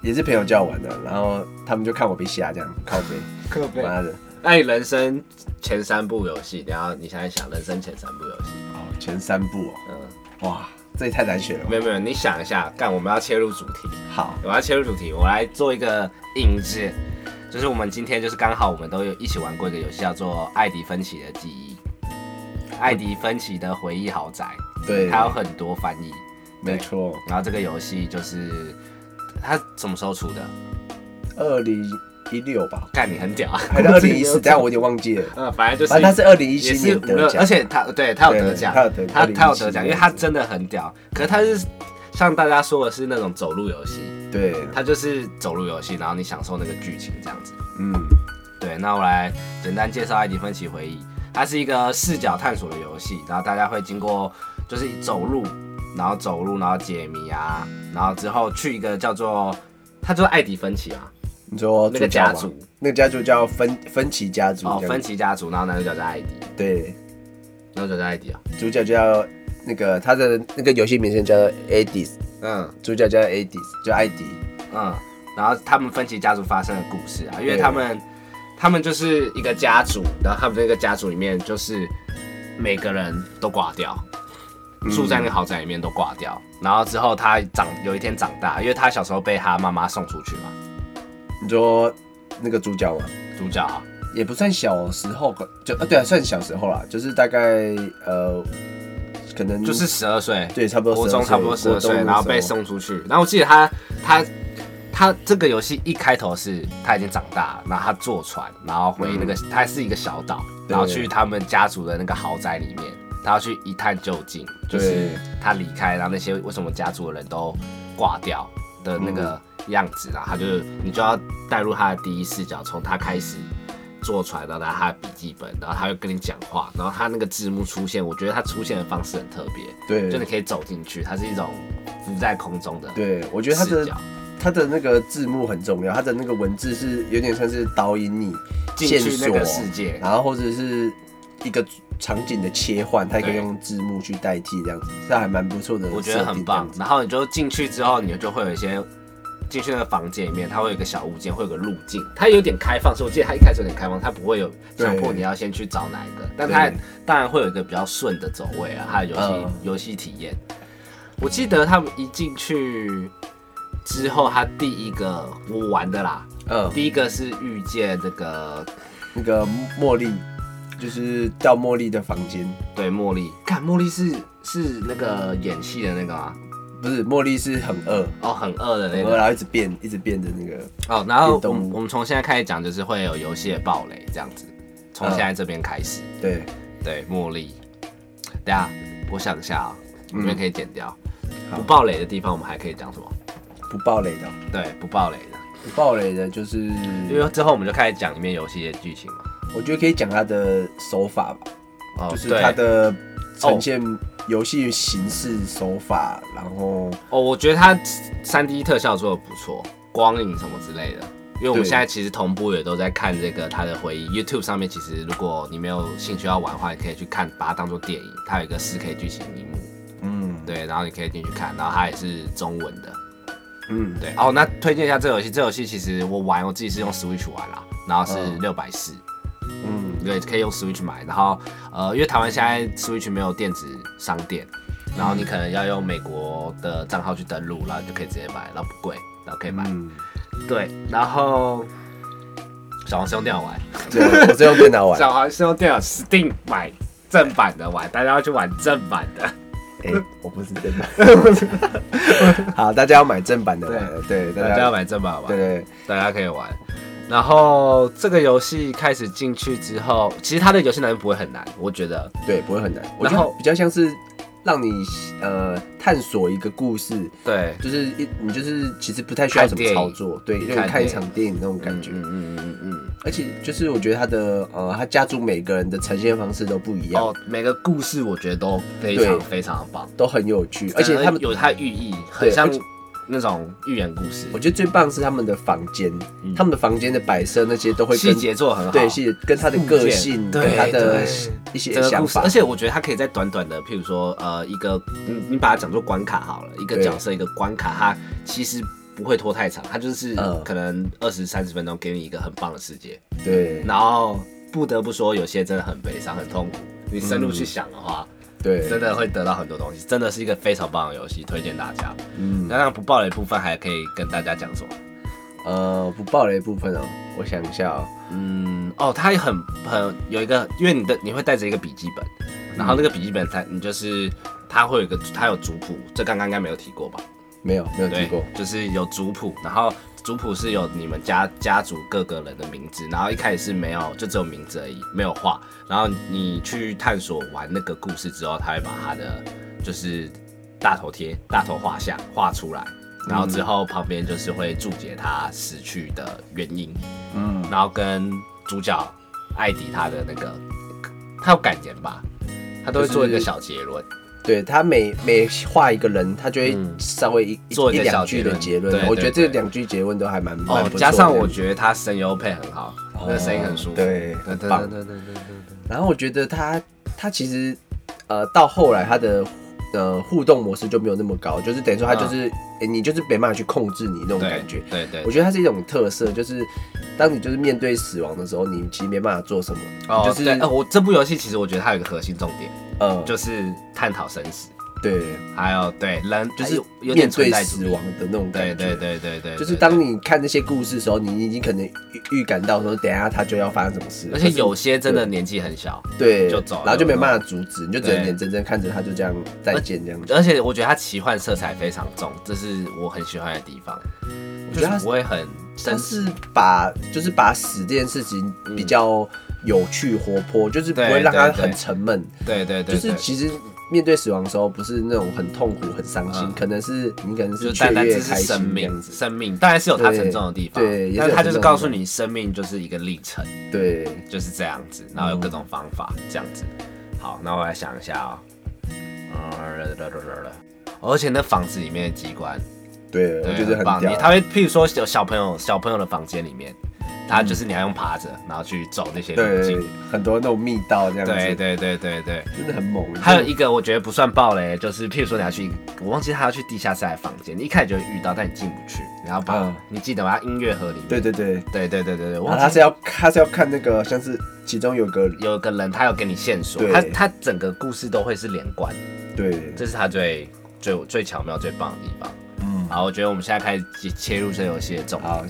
Speaker 2: 也是朋友叫我玩的，然后他们就看我被吓这样，靠背，
Speaker 4: 可悲。
Speaker 2: 妈的，
Speaker 4: 那你人生前三部游戏，然后你想一想，人生前三部游戏，
Speaker 2: 哦，前三部哦，
Speaker 4: 嗯，
Speaker 2: 哇，这也太难选了吧。
Speaker 4: 没有没有，你想一下，干，我们要切入主题。
Speaker 2: 好，
Speaker 4: 我要切入主题，我来做一个引子，就是我们今天就是刚好我们都有一起玩过一个游戏，叫做《艾迪芬奇的记忆》，艾迪芬奇的回忆豪宅，
Speaker 2: 对，
Speaker 4: 它有很多翻译。对
Speaker 2: 没错，
Speaker 4: 然后这个游戏就是它什么时候出的？
Speaker 2: 二零一六 <laughs> 吧，
Speaker 4: 干 <laughs> 你很屌啊！
Speaker 2: 还是二零一四？但我有点忘记了。
Speaker 4: 呃，反正就是，
Speaker 2: 反正他是二零一
Speaker 4: 也
Speaker 2: 七
Speaker 4: 是
Speaker 2: 年
Speaker 4: 五
Speaker 2: 得
Speaker 4: 六，
Speaker 2: 奖，
Speaker 4: 而且他对他有得奖，
Speaker 2: 对对他
Speaker 4: 他他有
Speaker 2: 有得2017
Speaker 4: 得奖，因为他真的很屌。可是他是像大家说的是那种走路游戏，
Speaker 2: 对，
Speaker 4: 它就是走路游戏，然后你享受那个剧情这样子。
Speaker 2: 嗯，
Speaker 4: 对，那我来简单介绍《艾迪芬奇回忆》，它是一个视角探索的游戏，然后大家会经过就是走路，然后走路，然后解谜啊，然后之后去一个叫做它就是艾迪芬奇啊，
Speaker 2: 你说
Speaker 4: 那个
Speaker 2: 主角
Speaker 4: 家
Speaker 2: 吗
Speaker 4: 族，
Speaker 2: 那个家族叫芬芬奇家族
Speaker 4: 哦，
Speaker 2: 这样子，
Speaker 4: 芬奇家族，然后男主角叫艾迪，
Speaker 2: 对，
Speaker 4: 男主角叫艾迪啊，
Speaker 2: 主角叫那个他的那个游戏名称叫 Adis，
Speaker 4: 嗯
Speaker 2: 主角叫 Adis，叫艾迪，
Speaker 4: 嗯，然后他们芬奇家族发生的故事啊，因为
Speaker 2: 对
Speaker 4: 他们他们就是一个家族，然后他们这个家族里面就是每个人都挂掉，住在那个豪宅里面都挂掉。然后之后他长有一天长大，因为他小时候被他妈妈送出去嘛，
Speaker 2: 你说那个主角吗？
Speaker 4: 主角啊
Speaker 2: 也不算小时候，就啊对啊，算小时候啦，就是大概呃，可能
Speaker 4: 就是十二岁，
Speaker 2: 对，差不多
Speaker 4: 国
Speaker 2: 12
Speaker 4: 中差不多十二岁，然后被，送出去。然后我记得他他他这个游戏一开头是他已经长大了，然后他坐船，然后回那个、他是一个小岛，
Speaker 2: 对
Speaker 4: 然后去他们家族的那个豪宅里面，他要去一探究竟，就
Speaker 2: 对
Speaker 4: 是他离开，然后那些为什么家族的人都挂掉的那个样子，然后他就你就要带入他的第一视角，从他开始。坐船，然后拿他的笔记本，然后他会跟你讲话，然后他那个字幕出现，我觉得他出现的方式很特别，
Speaker 2: 对
Speaker 4: 就你可以走进去，它是一种浮在空中的
Speaker 2: 对，我觉得他
Speaker 4: 视
Speaker 2: 的
Speaker 4: 角。
Speaker 2: 他的那个字幕很重要，他的那个文字是有点像是导引你
Speaker 4: 进
Speaker 2: 线
Speaker 4: 去那
Speaker 2: 索啊
Speaker 4: 个，世界，
Speaker 2: 然后或者是一个场景的切换，他可以
Speaker 4: 对
Speaker 2: 用字幕去代替这样子，这还蛮不错的，
Speaker 4: 我觉得很棒。然后你就进去之后，你就会有一些进去那个房间里面，它会有一个小物件，会有个路径，它有点开放。所以我记得它一开始有点开放，它不会有强迫
Speaker 2: 对
Speaker 4: 你要先去找哪一个，但它
Speaker 2: 对
Speaker 4: 当然会有一个比较顺的走位啊，它的游戏
Speaker 2: 嗯
Speaker 4: 游戏体验。我记得他们一进去之后，他第一个我玩的啦，
Speaker 2: 嗯，
Speaker 4: 第一个是遇见那个
Speaker 2: 那个茉莉，就是到茉莉的房间，
Speaker 4: 对，茉莉，看茉莉是是那个演戏的那个吗？
Speaker 2: 不是茉莉是很饿，
Speaker 4: 哦，很饿的那
Speaker 2: 很饿，
Speaker 4: 个。
Speaker 2: 然后一直变一直变的那个，
Speaker 4: 哦，然后
Speaker 2: 运
Speaker 4: 我
Speaker 2: 动
Speaker 4: 们我们从现在开始讲，就是会有游戏的暴雷这样子，
Speaker 2: 嗯
Speaker 4: 从现在这边开始。
Speaker 2: 对，
Speaker 4: 对，茉莉。等一下，我想一下啊，这边可以剪掉。
Speaker 2: 嗯好
Speaker 4: 不暴雷的地方，我们还可以讲什么？
Speaker 2: 不暴雷的，
Speaker 4: 对，不暴雷的，
Speaker 2: 不暴雷的就是，
Speaker 4: 因为之后我们就开始讲里面游戏的剧情了。
Speaker 2: 我觉得可以讲它的手法吧，
Speaker 4: 哦，
Speaker 2: 就是
Speaker 4: 对哦
Speaker 2: 它的呈现游戏形式手法，然后
Speaker 4: 哦，我觉得它三 D 特效做的不错，光影什么之类的。因为我们
Speaker 2: 对
Speaker 4: 现在其实同步也都在看这个他的回忆，YouTube 上面其实如果你没有兴趣要玩的话，你可以去看，把它当做电影，它有一个 4K 剧情荧幕，
Speaker 2: 嗯
Speaker 4: 对，然后你可以进去看，然后它也是中文的，
Speaker 2: 嗯，
Speaker 4: 对。哦，那推荐一下这游戏，这游戏其实我玩我自己是用 Switch 玩啦，然后是六百四，
Speaker 2: 嗯
Speaker 4: 对，可以用 Switch 买，然后呃，因为台湾现在 Switch 没有电子商店，然后你可能要用美国的账号去登录，然后你就可以直接买，然后不贵，然后可以买。
Speaker 2: 嗯，
Speaker 4: 对，然后小黄是用电脑玩，
Speaker 2: 对，我是用电脑 <laughs> 玩，
Speaker 4: 小黄是用电脑 Steam 买正版的玩，大家要去玩正版的。
Speaker 2: 哎，我不是正版， <laughs> 好，大家要买正版的玩，对，
Speaker 4: 大
Speaker 2: 大
Speaker 4: 家
Speaker 2: 家
Speaker 4: 要，买正版玩，
Speaker 2: 对对，
Speaker 4: 大家可以玩。然后这个游戏开始进去之后，其实它的游戏难度不会很难，我觉得。
Speaker 2: 对，不会很难。我
Speaker 4: 然
Speaker 2: 觉
Speaker 4: 后
Speaker 2: 得比较像是让你呃探索一个故事，
Speaker 4: 对，
Speaker 2: 就是一你就是其实不太需要什么操作，对，就
Speaker 4: 看电
Speaker 2: 看一
Speaker 4: 影
Speaker 2: 场电影那种感觉。
Speaker 4: 嗯嗯嗯嗯
Speaker 2: 而且就是我觉得它的呃，它家族每个人的呈现方式都不一
Speaker 4: 嗯。
Speaker 2: 样，
Speaker 4: 哦，每个故事我觉得都非常
Speaker 2: 对
Speaker 4: 非常棒，
Speaker 2: 都很有趣，而且他们。
Speaker 4: 有它的寓意，很
Speaker 2: 对
Speaker 4: 像
Speaker 2: 而且
Speaker 4: 那种寓言故事
Speaker 2: 我，觉得最棒是他们的房间，他们的房间的摆设那些都会
Speaker 4: 嗯细
Speaker 2: 跟
Speaker 4: 节做得很好。
Speaker 2: 对细节跟他的
Speaker 4: 物
Speaker 2: 个
Speaker 4: 件
Speaker 2: 性，
Speaker 4: 对
Speaker 2: 跟他的
Speaker 4: 对
Speaker 2: 一些
Speaker 4: 整个
Speaker 2: 想
Speaker 4: 故事，
Speaker 2: 法
Speaker 4: 而，且我觉得它可以在短短的，譬如说，呃，一个你你把它讲做关卡好了，一个
Speaker 2: 对
Speaker 4: 角色一个关卡，它其实不会拖太长，它就是
Speaker 2: 嗯
Speaker 4: 可能二十三十分钟给你一个很棒的世界。
Speaker 2: 对
Speaker 4: 然后不得不说，有些真的很悲伤、很痛苦，你深
Speaker 2: 嗯
Speaker 4: 入去想的话，真
Speaker 2: 对，
Speaker 4: 的会得到很多东西，真的是一个非常棒的游戏，推荐大家。
Speaker 2: 嗯
Speaker 4: 那让不爆雷部分还可以跟大家讲什么？
Speaker 2: 呃，不爆雷部分哦，我想一下哦，
Speaker 4: 嗯，哦，它也很很有一个，因为你的你会带着一个笔记本，然后那
Speaker 2: 嗯
Speaker 4: 个笔记本它你就是它会有一个它有族谱，这刚刚应该没有提过吧？
Speaker 2: 没有没有听
Speaker 4: 对
Speaker 2: 过，，
Speaker 4: 就是有族谱，然后族谱是有你们家家族各个人的名字，然后一开始是没有，就只有名字而已，没有画，然后你去探索完那个故事之后，他会把他的就是大头贴、大头画像画出来。然后之后旁边就是会注解他死去的原因，
Speaker 2: 嗯，
Speaker 4: 然后跟主角艾迪他的那个，他有感言吧，他都会做一个小结论，
Speaker 2: 对他每每画一个人，他就会
Speaker 4: 嗯
Speaker 2: 稍微一、
Speaker 4: 做一
Speaker 2: 一
Speaker 4: 个小
Speaker 2: 两
Speaker 4: 结
Speaker 2: 句
Speaker 4: 论
Speaker 2: 的结论
Speaker 4: 对。
Speaker 2: 我
Speaker 4: 对
Speaker 2: 觉得这
Speaker 4: 对
Speaker 2: 两句结论都还蛮蛮
Speaker 4: 哦
Speaker 2: 不，错
Speaker 4: 加上
Speaker 2: 的哦
Speaker 4: 我觉得他声优配很好，那个声音很舒服，
Speaker 2: 对
Speaker 4: 对
Speaker 2: 很
Speaker 4: 对
Speaker 2: 棒
Speaker 4: 对对对对对
Speaker 2: 然后我觉得他他其实呃到后来他的呃互动模式就没有那么高，就是等于说他就是、诶你就是没办法去控制你那种
Speaker 4: 嗯对，
Speaker 2: 感觉。
Speaker 4: 对对
Speaker 2: 我觉得它是一种特色，就是当你就是面对死亡的时候，你其实没办法做什么，
Speaker 4: 哦，
Speaker 2: 就是
Speaker 4: 对，呃我这部游戏其实我觉得它有一个核心重点，
Speaker 2: 呃，就
Speaker 4: 就是探讨生死，
Speaker 2: 对，
Speaker 4: 还有对人
Speaker 2: 就
Speaker 4: 哎
Speaker 2: 是
Speaker 4: 有有
Speaker 2: 面
Speaker 4: 点
Speaker 2: 对
Speaker 4: 存在主
Speaker 2: 死
Speaker 4: 义
Speaker 2: 亡，的那种感
Speaker 4: 对
Speaker 2: 觉。
Speaker 4: 对对对对，
Speaker 2: 就是
Speaker 4: 对
Speaker 2: 当
Speaker 4: 对
Speaker 2: 你看那些故事的时候，你已经可能预预感到说，等一下他就要发生什么事了，
Speaker 4: 而且
Speaker 2: 可是
Speaker 4: 有些真的年纪很小，
Speaker 2: 对，
Speaker 4: 就走了
Speaker 2: 然后就没办法阻止，你就只能
Speaker 4: 对
Speaker 2: 眼睁睁看着他就这样再见这样子。
Speaker 4: 而且我觉得它奇幻色彩非常重，这是我很喜欢的地方，
Speaker 2: 我
Speaker 4: 就
Speaker 2: 觉
Speaker 4: 是
Speaker 2: 得他
Speaker 4: 不会很
Speaker 2: 他
Speaker 4: 生死。
Speaker 2: 是把就是把死这件事情比较有趣活泼，就是不会
Speaker 4: 嗯对
Speaker 2: 让他
Speaker 4: 对对
Speaker 2: 很沉闷。
Speaker 4: 对对对，
Speaker 2: 就是
Speaker 4: 对
Speaker 2: 其实面对死亡的时候，不是那种很痛苦、很伤心
Speaker 4: 嗯，
Speaker 2: 可能是你可能
Speaker 4: 就是是
Speaker 2: 雀
Speaker 4: 单单
Speaker 2: 跃、
Speaker 4: 只
Speaker 2: 开
Speaker 4: 是生
Speaker 2: 心这样
Speaker 4: 命，
Speaker 2: 子。
Speaker 4: 生命当然是有它沉重的地方，
Speaker 2: 对对也是有
Speaker 4: 但是它就是
Speaker 2: 沉重的地方
Speaker 4: 告诉你，生命就是一个历程，
Speaker 2: 对，
Speaker 4: 就是这样子，然后有各种方法这样子。好，那我来想一下啊、哦，嗯，而且那房子里面的机关，
Speaker 2: 对，我
Speaker 4: 对，
Speaker 2: 觉得很
Speaker 4: 棒。
Speaker 2: 屌
Speaker 4: 你。他会，譬如说有小朋友小朋友的房间里面，他就是你要用爬着，然后去走那些路
Speaker 2: 对
Speaker 4: 径。，
Speaker 2: 很多那种密道这样
Speaker 4: 对
Speaker 2: 子，
Speaker 4: 对对对对，
Speaker 2: 真的很猛。
Speaker 4: 还有一个我觉得不算暴雷，就是譬如说你要去，我忘记他要去地下室还是房间，你一开始就会遇到，但你进不去，你要把、
Speaker 2: 嗯
Speaker 4: 你记得把它音乐盒里面。
Speaker 2: 对对对，
Speaker 4: 对对对对对，我
Speaker 2: 然后
Speaker 4: 忘
Speaker 2: 他
Speaker 4: 记
Speaker 2: 是要他是要看那个像是其中有个
Speaker 4: 有一个人他有给你线索，
Speaker 2: 对
Speaker 4: 他他整个故事都会是连贯，
Speaker 2: 对，
Speaker 4: 这是他最最最巧妙最棒的地方。
Speaker 2: 嗯，
Speaker 4: 好，我觉得我们现在开始切切入这游戏的重点。
Speaker 2: 好，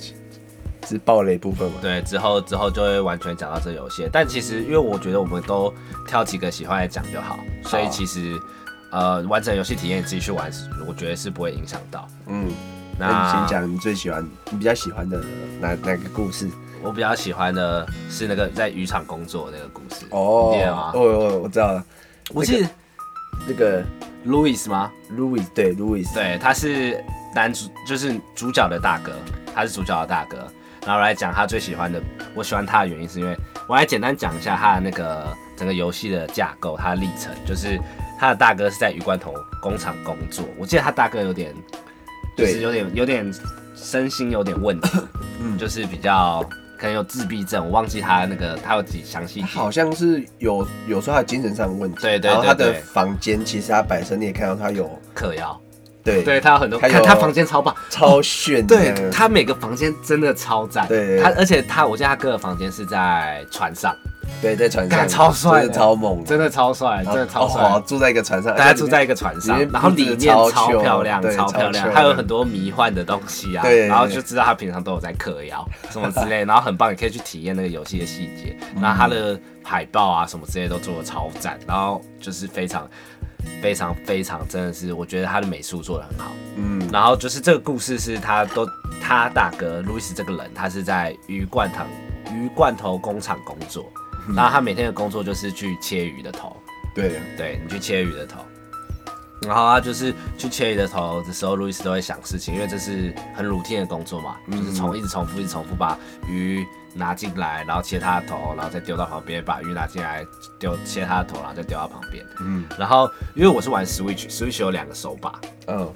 Speaker 2: 是暴雷部分嘛？
Speaker 4: 对，之后之后就会完全讲到这游戏。但其实因为我觉得我们都挑几个喜欢来讲就好，所以其实呃完整游戏体验你自己去玩，我觉得是不会影响到。
Speaker 2: 嗯，那你
Speaker 4: 那
Speaker 2: 先讲你最喜欢、你比较喜欢的哪哪个故事？
Speaker 4: 我比较喜欢的是那个在渔场工作的那个故事。
Speaker 2: 哦
Speaker 4: 你记得吗
Speaker 2: 哦，我我知道了，
Speaker 4: 我记得
Speaker 2: 那个
Speaker 4: Louis 吗？
Speaker 2: Louis 对 Louis
Speaker 4: 对，他是男主，就是主角的大哥，他是主角的大哥。然后来讲他最喜欢的，我喜欢他的原因是因为，我来简单讲一下他的那个整个游戏的架构，他的历程，就是他的大哥是在鱼罐头工厂工作。我记得他大哥有点，就是
Speaker 2: 对
Speaker 4: 有点有点身心有点问题，
Speaker 2: 嗯
Speaker 4: 就是比较可能有自闭症，我忘记他那个他有几详细
Speaker 2: 他
Speaker 4: 几
Speaker 2: 好像是有有时候他精神上的问题，
Speaker 4: 对对
Speaker 2: 然后他的
Speaker 4: 对对
Speaker 2: 房间其实他本身你也看到他有
Speaker 4: 嗑药，
Speaker 2: 对
Speaker 4: 对他有很多，
Speaker 2: 他
Speaker 4: 看
Speaker 2: 有
Speaker 4: 他房间超棒，
Speaker 2: 超炫的
Speaker 4: 对
Speaker 2: 那个，
Speaker 4: 他每个房间真的超赞，
Speaker 2: 对对对
Speaker 4: 他而且他我记得他哥的房间是在船上，
Speaker 2: 对在船上
Speaker 4: 干超帅的
Speaker 2: 真的超猛的，
Speaker 4: 真的超帅，
Speaker 2: 然
Speaker 4: 真
Speaker 2: 后
Speaker 4: 的超
Speaker 2: 嗯哦好
Speaker 4: 帅。
Speaker 2: 住在一个船上，
Speaker 4: 大家
Speaker 2: 而且
Speaker 4: 住在一个船上
Speaker 2: 里面，
Speaker 4: 然后里
Speaker 2: 布置
Speaker 4: 面
Speaker 2: 得超
Speaker 4: 超
Speaker 2: chill
Speaker 4: 漂亮，
Speaker 2: 对
Speaker 4: 超漂
Speaker 2: 超
Speaker 4: 亮，
Speaker 2: chill
Speaker 4: 还有很多迷幻的东西啊
Speaker 2: 对，
Speaker 4: 然后就知道他平常都有在嗑药什么之
Speaker 2: <laughs>
Speaker 4: 类，然后很棒，你可以去体验那个游戏的细节，
Speaker 2: 嗯
Speaker 4: 然后他的海报啊什么之类都做的超赞，然后就是非常非常非常真的是，我觉得他的美术做的很好，
Speaker 2: 嗯
Speaker 4: 然后就是这个故事是他都他大哥路易斯这个人，他是在鱼罐头鱼罐头工厂工作，然后他每天的工作就是去切鱼的头，
Speaker 2: 对
Speaker 4: 对你去切鱼的头，然后他就是去切鱼的头的时候，路易斯都会想事情，因为这是很 routine 的工作嘛，就是重一直重复一直重复把鱼拿进来，然后切它的头，然后再丢到旁边，把鱼拿进来丢切它的头，然后再丢到旁边，嗯，然后因为我是玩 Switch，Switch 有两个手把，
Speaker 2: 嗯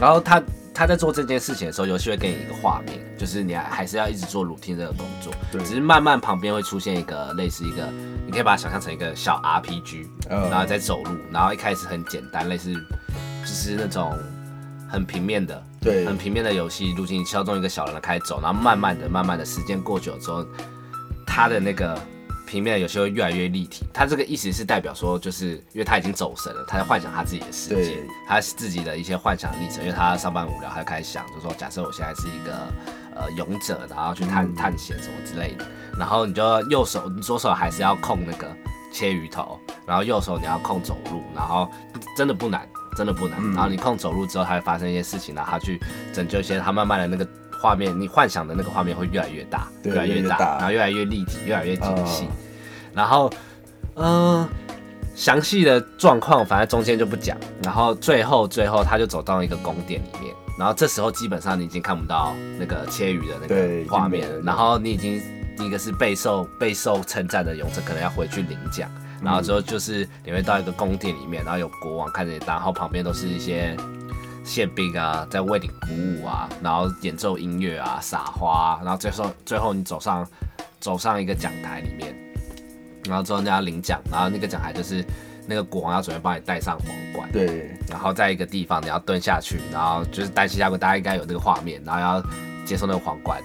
Speaker 4: 然后他他在做这件事情的时候，游戏会给你一个画面，就是你还还是要一直做 routine 这个工作，
Speaker 2: 对
Speaker 4: 只是慢慢旁边会出现一个类似一个，你可以把它想象成一个小 RPG，、
Speaker 2: 嗯
Speaker 4: 然后再走路，然后一开始很简单，类似就是那种很平面的，
Speaker 2: 对
Speaker 4: 很平面的游戏路径，你敲中一个小人的开始走，然后慢慢的、慢慢的时间过久之后，它的那个平面的游戏会越来越立体。它这个意思是代表说，就是因为他已经走神了，他在幻想他自己的世界
Speaker 2: 对，
Speaker 4: 他自己的一些幻想历程。因为他上班无聊，他就开始想，就说假设我现在是一个呃勇者，然后去
Speaker 2: 嗯
Speaker 4: 探探险什么之类的，然后你就右手，你左手还是要控那个切鱼头，然后右手你要控走路，然后真的不难，真的不难。
Speaker 2: 嗯
Speaker 4: 然后你控走路之后，它会发生一些事情，然后它去拯救一些，它慢慢的那个画面，你幻想的那个画面会越来越大，
Speaker 2: 对
Speaker 4: 来
Speaker 2: 越来越
Speaker 4: 大，
Speaker 2: 大
Speaker 4: 然后越来越立体，越来越精细。
Speaker 2: 哦
Speaker 4: 然后，嗯、详细的状况反正中间就不讲。然后最后最后，他就走到一个宫殿里面，然后这时候基本上你已经看不到那个切鱼的那
Speaker 2: 对
Speaker 4: 个画
Speaker 2: 已
Speaker 4: 面
Speaker 2: 经没
Speaker 4: 了
Speaker 2: 了，
Speaker 4: 然后你已经一个是备受备受称赞的勇者，可能要回去领奖。然后之后就是你会到一个宫殿里面，然后有国王看着你，然后旁边都是一些宪兵啊，在为你鼓舞啊，然后演奏音乐啊，撒花、啊，然后最后最后你走上走上一个讲台里面，然后之后你要领奖，然后那个讲台就是那个国王要准备帮你戴上皇冠，
Speaker 2: 对
Speaker 4: 然后在一个地方你要蹲下去，然后就是单膝下跪，大家应该有那个画面，然后要接受那个皇冠，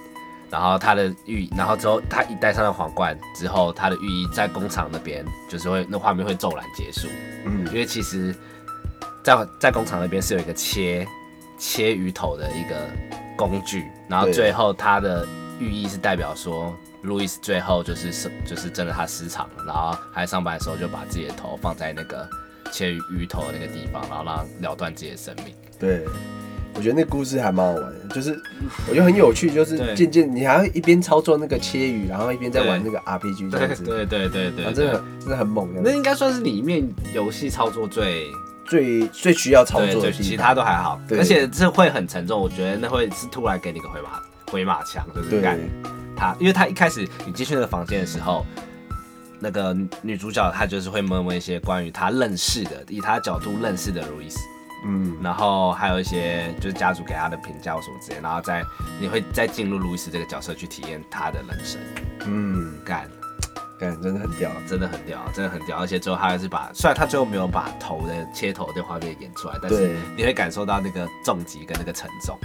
Speaker 4: 然后它的寓，然后之后他一戴上了皇冠之后，它的寓意在工厂那边就是会那画面会骤然结束，
Speaker 2: 嗯
Speaker 4: 因为其实在在工厂那边是有一个切切鱼头的一个工具，然后
Speaker 2: 对
Speaker 4: 最后它的寓意是代表说。路易斯最后就是失，就是真的他失常了，然后他在上班的时候就把自己的头放在那个切鱼头的那个地方，然后让了断自己的生命。
Speaker 2: 对。我觉得那故事还蛮好玩的，就是我觉得很有趣，就是
Speaker 4: 对
Speaker 2: 渐渐你还要一边操作那个切鱼，然后一边在玩那
Speaker 4: 对
Speaker 2: 个 RPG 这
Speaker 4: 对
Speaker 2: 样子，
Speaker 4: 对对对对
Speaker 2: 啊，真
Speaker 4: 对
Speaker 2: 的很真的很猛这
Speaker 4: 那
Speaker 2: 样子，
Speaker 4: 应该算是里面游戏操作最
Speaker 2: 最最需要操
Speaker 4: 对
Speaker 2: 作的
Speaker 4: 对，
Speaker 2: 地
Speaker 4: 其
Speaker 2: 方
Speaker 4: 他都还好，
Speaker 2: 对
Speaker 4: 而且这会很沉重，我觉得那会是突然给你个回马回马枪，就是
Speaker 2: 对
Speaker 4: 干他，因为他一开始你进去那个房间的时候。那个女主角她就是会摸摸一些关于她认识的，以她角度认识的路易斯，
Speaker 2: 嗯
Speaker 4: 然后还有一些就是家族给她的评价或什么之类，然后再你会再进入路易斯这个角色去体验她的人生，
Speaker 2: 嗯，
Speaker 4: 干
Speaker 2: 感真的很屌，
Speaker 4: 真的很屌，真的很屌，而且最后他还是把，虽然他最后没有把头的切头的画面演出来，但
Speaker 2: 对
Speaker 4: 是你会感受到那个重击跟那个沉重。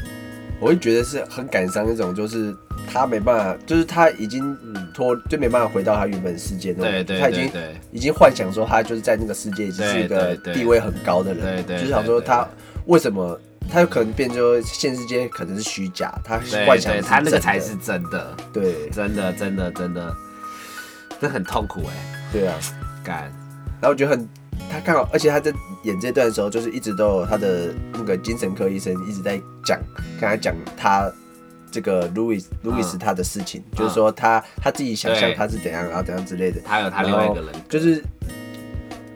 Speaker 2: 我会觉得是很感伤那种，就是他没办法，就是他已经脱，就没办法回到他原本世界那种
Speaker 4: 对嗯
Speaker 2: 感觉，
Speaker 4: 对
Speaker 2: 他已
Speaker 4: 对
Speaker 2: 经
Speaker 4: 对
Speaker 2: 已经幻想说他就是在那个世界已经是一个
Speaker 4: 对对对
Speaker 2: 地位很高的人，
Speaker 4: 对对对
Speaker 2: 就是想说他为什么他有可能变成说现实世界可能是虚假，他
Speaker 4: 对
Speaker 2: 幻想
Speaker 4: 对，
Speaker 2: 的
Speaker 4: 他那个
Speaker 2: 真
Speaker 4: 才
Speaker 2: 的
Speaker 4: 是真的，
Speaker 2: 对
Speaker 4: 真的真的真的，这很痛苦哎、
Speaker 2: 对啊。
Speaker 4: 干，
Speaker 2: 然后我觉得很，他刚好，而且他在演这段的时候，就是一直都有他的那个精神科医生一直在讲，跟他讲他这个 Louis Louis 他的事情，就是说他他自己想象
Speaker 4: 嗯对
Speaker 2: 他是怎样，然后怎样之类的。
Speaker 4: 他有他另外一个人格，
Speaker 2: 就是，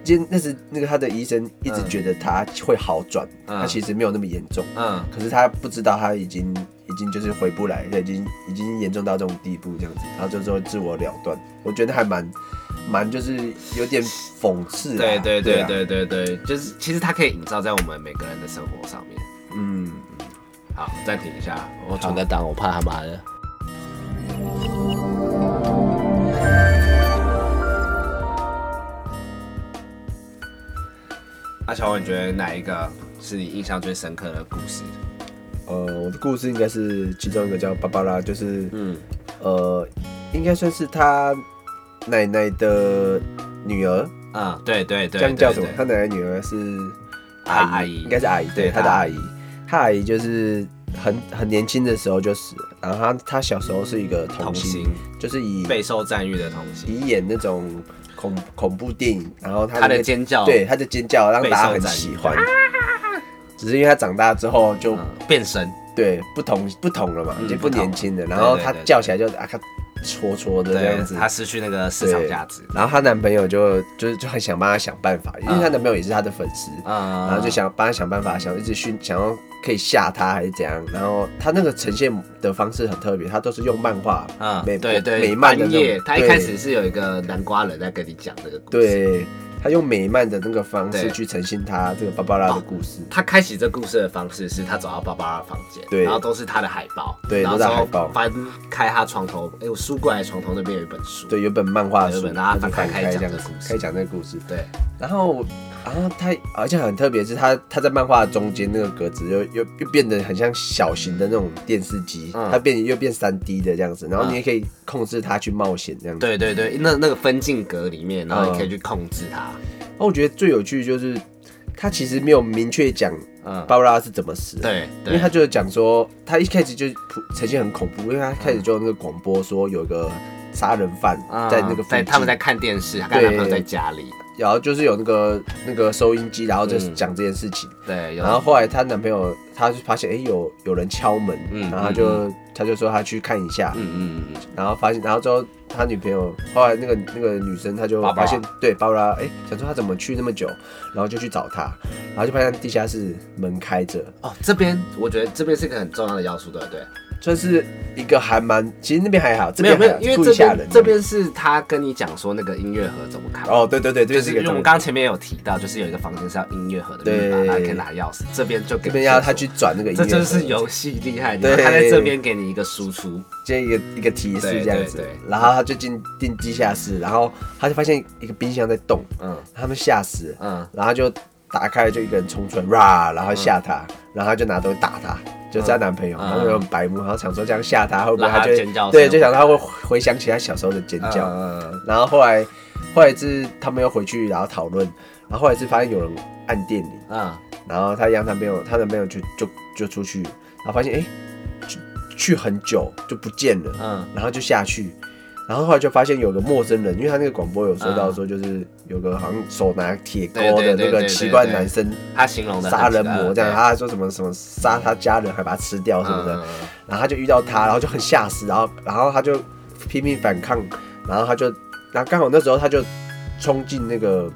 Speaker 2: 今那是那个他的医生一直
Speaker 4: 嗯
Speaker 2: 觉得他会好转，
Speaker 4: 嗯
Speaker 2: 他其实没有那么严重，
Speaker 4: 嗯，
Speaker 2: 可是他不知道他已经已经就是回不来，已经已经严重到这种地步这样子，然后就说自我了断，我觉得还蛮蛮就是有点讽刺啊，
Speaker 4: 对对
Speaker 2: 对
Speaker 4: 对
Speaker 2: 啊，
Speaker 4: 对对对，就是其实它可以营造在我们每个人的生活上面。
Speaker 2: 嗯，
Speaker 4: 好，暂停一下，我存个档，我怕他妈的。阿乔，你觉得哪一个是你印象最深刻的故事？
Speaker 2: 呃，我的故事应该是其中一个叫芭芭拉，就是
Speaker 4: 嗯
Speaker 2: 呃，应该算是他奶奶的女儿，
Speaker 4: 嗯，对对对，
Speaker 2: 这样叫什么？他
Speaker 4: 对对
Speaker 2: 奶奶女儿是
Speaker 4: 她阿姨
Speaker 2: 应该是阿姨，对，
Speaker 4: 对
Speaker 2: 他的
Speaker 4: 她
Speaker 2: 阿姨，他阿姨就是很很年轻的时候就死了，然后他他小时候是一个童
Speaker 4: 童
Speaker 2: 星，
Speaker 4: 星
Speaker 2: 就是以
Speaker 4: 备受赞誉的童星，
Speaker 2: 以演那种恐恐怖电影，然后他
Speaker 4: 他
Speaker 2: 那
Speaker 4: 的
Speaker 2: 个
Speaker 4: 尖叫
Speaker 2: 嗯对他的尖叫让
Speaker 4: 备
Speaker 2: 大家
Speaker 4: 受
Speaker 2: 很
Speaker 4: 赞誉
Speaker 2: 喜欢，只是因为他长大之后就、
Speaker 4: 嗯变身，
Speaker 2: 对不同不同了嘛，
Speaker 4: 嗯
Speaker 2: 已经不
Speaker 4: 不同
Speaker 2: 年轻了，
Speaker 4: 了
Speaker 2: 然后
Speaker 4: 对对
Speaker 2: 他
Speaker 4: 对
Speaker 2: 叫起来就啊咔戳戳的这样
Speaker 4: 对
Speaker 2: 子，，
Speaker 4: 他失去那个市场
Speaker 2: 对
Speaker 4: 价值，
Speaker 2: 然后她男朋友就就是就很想帮她想办法，因为她男朋友也是她的粉丝，
Speaker 4: 嗯，
Speaker 2: 然后就想帮她想办法，想一直训，想要可以吓她还是怎样。然后她那个呈现的方式很特别，她都是用漫画，
Speaker 4: 嗯，
Speaker 2: 美
Speaker 4: 对对，
Speaker 2: 美漫的
Speaker 4: 半
Speaker 2: 那
Speaker 4: 夜
Speaker 2: 种
Speaker 4: 他一
Speaker 2: 对
Speaker 4: 开始是有一个南瓜人在跟你讲这个故事。，
Speaker 2: 对，她用美漫的那个方式
Speaker 4: 对
Speaker 2: 去呈现她这个芭芭拉的故事。
Speaker 4: 他开启这故事的方式是他走到芭芭拉房间，
Speaker 2: 对
Speaker 4: 然后都是他的海报，
Speaker 2: 对
Speaker 4: 然后
Speaker 2: 都是
Speaker 4: 之后
Speaker 2: 海报
Speaker 4: 翻开他床头，哎，我书柜还是床头那边有一本书，
Speaker 2: 对，有本漫画
Speaker 4: 有
Speaker 2: 书，
Speaker 4: 本然后
Speaker 2: 她就
Speaker 4: 翻
Speaker 2: 翻
Speaker 4: 开
Speaker 2: 开
Speaker 4: 讲
Speaker 2: 这样
Speaker 4: 这个
Speaker 2: 子
Speaker 4: 故，事
Speaker 2: 开讲那个故事。
Speaker 4: 对，
Speaker 2: 然后我，然后他，而且很特别是他，他在漫画中间那个格子又又又变得很像小型的那种电视机，
Speaker 4: 嗯
Speaker 2: 它变又变三 D 的这样子，然后
Speaker 4: 嗯
Speaker 2: 你也可以控制它去冒险这样子。
Speaker 4: 对对对，那那个分镜格里面，然后你可以去控制它，
Speaker 2: 然后我觉得最有趣就是，他其实没有明确讲
Speaker 4: 嗯，
Speaker 2: 芭芭拉是怎么死的，
Speaker 4: 对
Speaker 2: 因
Speaker 4: 对
Speaker 2: 为他就是讲说，他一开始就呈现很恐怖，因为他开始就有那个广播说有个杀人犯
Speaker 4: 嗯
Speaker 2: 在那个附
Speaker 4: 在
Speaker 2: 近，
Speaker 4: 他们在看电视，他跟男朋友在家里，
Speaker 2: 然后就是有那个那个收音机，然后就
Speaker 4: 嗯
Speaker 2: 讲这件事情。
Speaker 4: 对，有
Speaker 2: 然后后来她男朋友她就发现，哎、有有人敲门，
Speaker 4: 嗯
Speaker 2: 然后她就她就说她去看一下，
Speaker 4: 嗯嗯嗯嗯，
Speaker 2: 然后发现，然后之后她女朋友后来那个那个女生她就
Speaker 4: 芭芭
Speaker 2: 发
Speaker 4: 拉
Speaker 2: 现，对，芭芭拉，哎、想说她怎么去那么久，然后就去找她，然后就发现地下室门开着，
Speaker 4: 哦，这边我觉得这边是个很重要的要素，对不对？
Speaker 2: 算是一个还蛮，其实那边还好，这
Speaker 4: 没有
Speaker 2: 边
Speaker 4: 没
Speaker 2: 还
Speaker 4: 有
Speaker 2: 好，
Speaker 4: 因为
Speaker 2: 故
Speaker 4: 这
Speaker 2: 意吓人
Speaker 4: 边，这边是他跟你讲说那个音乐盒怎么开，
Speaker 2: 哦，对对对，
Speaker 4: 就
Speaker 2: 这边
Speaker 4: 是
Speaker 2: 是一
Speaker 4: 因为
Speaker 2: 个
Speaker 4: 我们刚刚前面有提到，就是有一个房间是要音乐盒的密码，
Speaker 2: 对
Speaker 4: 然后可以拿钥匙，这边就给
Speaker 2: 这边要她去，转那个音乐
Speaker 4: 这
Speaker 2: 盒，
Speaker 4: 就是游戏厉害的，
Speaker 2: 对
Speaker 4: 他在这边给你一个输出，
Speaker 2: 这一个一个提示
Speaker 4: 对
Speaker 2: 这样子
Speaker 4: 对对
Speaker 2: 然后她就进进地下室，然后她就发现一个冰箱在动，
Speaker 4: 嗯
Speaker 2: 他们吓死了。
Speaker 4: 嗯，
Speaker 2: 然后就打开，就一个人冲出来，哇，然后吓他，然后他就拿东西打他，就是她男朋友，
Speaker 4: 嗯
Speaker 2: 然后有很白目，然后想说这样吓他会不会
Speaker 4: 让他
Speaker 2: 就会
Speaker 4: 尖叫声
Speaker 2: 对，就想到他会回想起他小时候的尖叫，
Speaker 4: 嗯
Speaker 2: 然后后来后来是他们又回去然后讨论，然后后来是发现有人按电铃，
Speaker 4: 嗯
Speaker 2: 然后她一样她没有，她男朋友就就就出去，然后发现哎、诶去去很久就不见了，
Speaker 4: 嗯
Speaker 2: 然后就下去，然后后来就发现有个陌生人，因为他那个广播有说到说，就是有个好像手拿铁钩的
Speaker 4: 对对
Speaker 2: 那
Speaker 4: 对
Speaker 2: 个
Speaker 4: 对
Speaker 2: 奇怪男生
Speaker 4: 他形容的
Speaker 2: 杀人魔这样，他还说什么什么杀他家人还把他吃掉什么
Speaker 4: 嗯
Speaker 2: 的，然后他就遇到他，然后就很吓死，然后然后他就拼命反抗，然后他就，然后刚好那时候他就冲进那个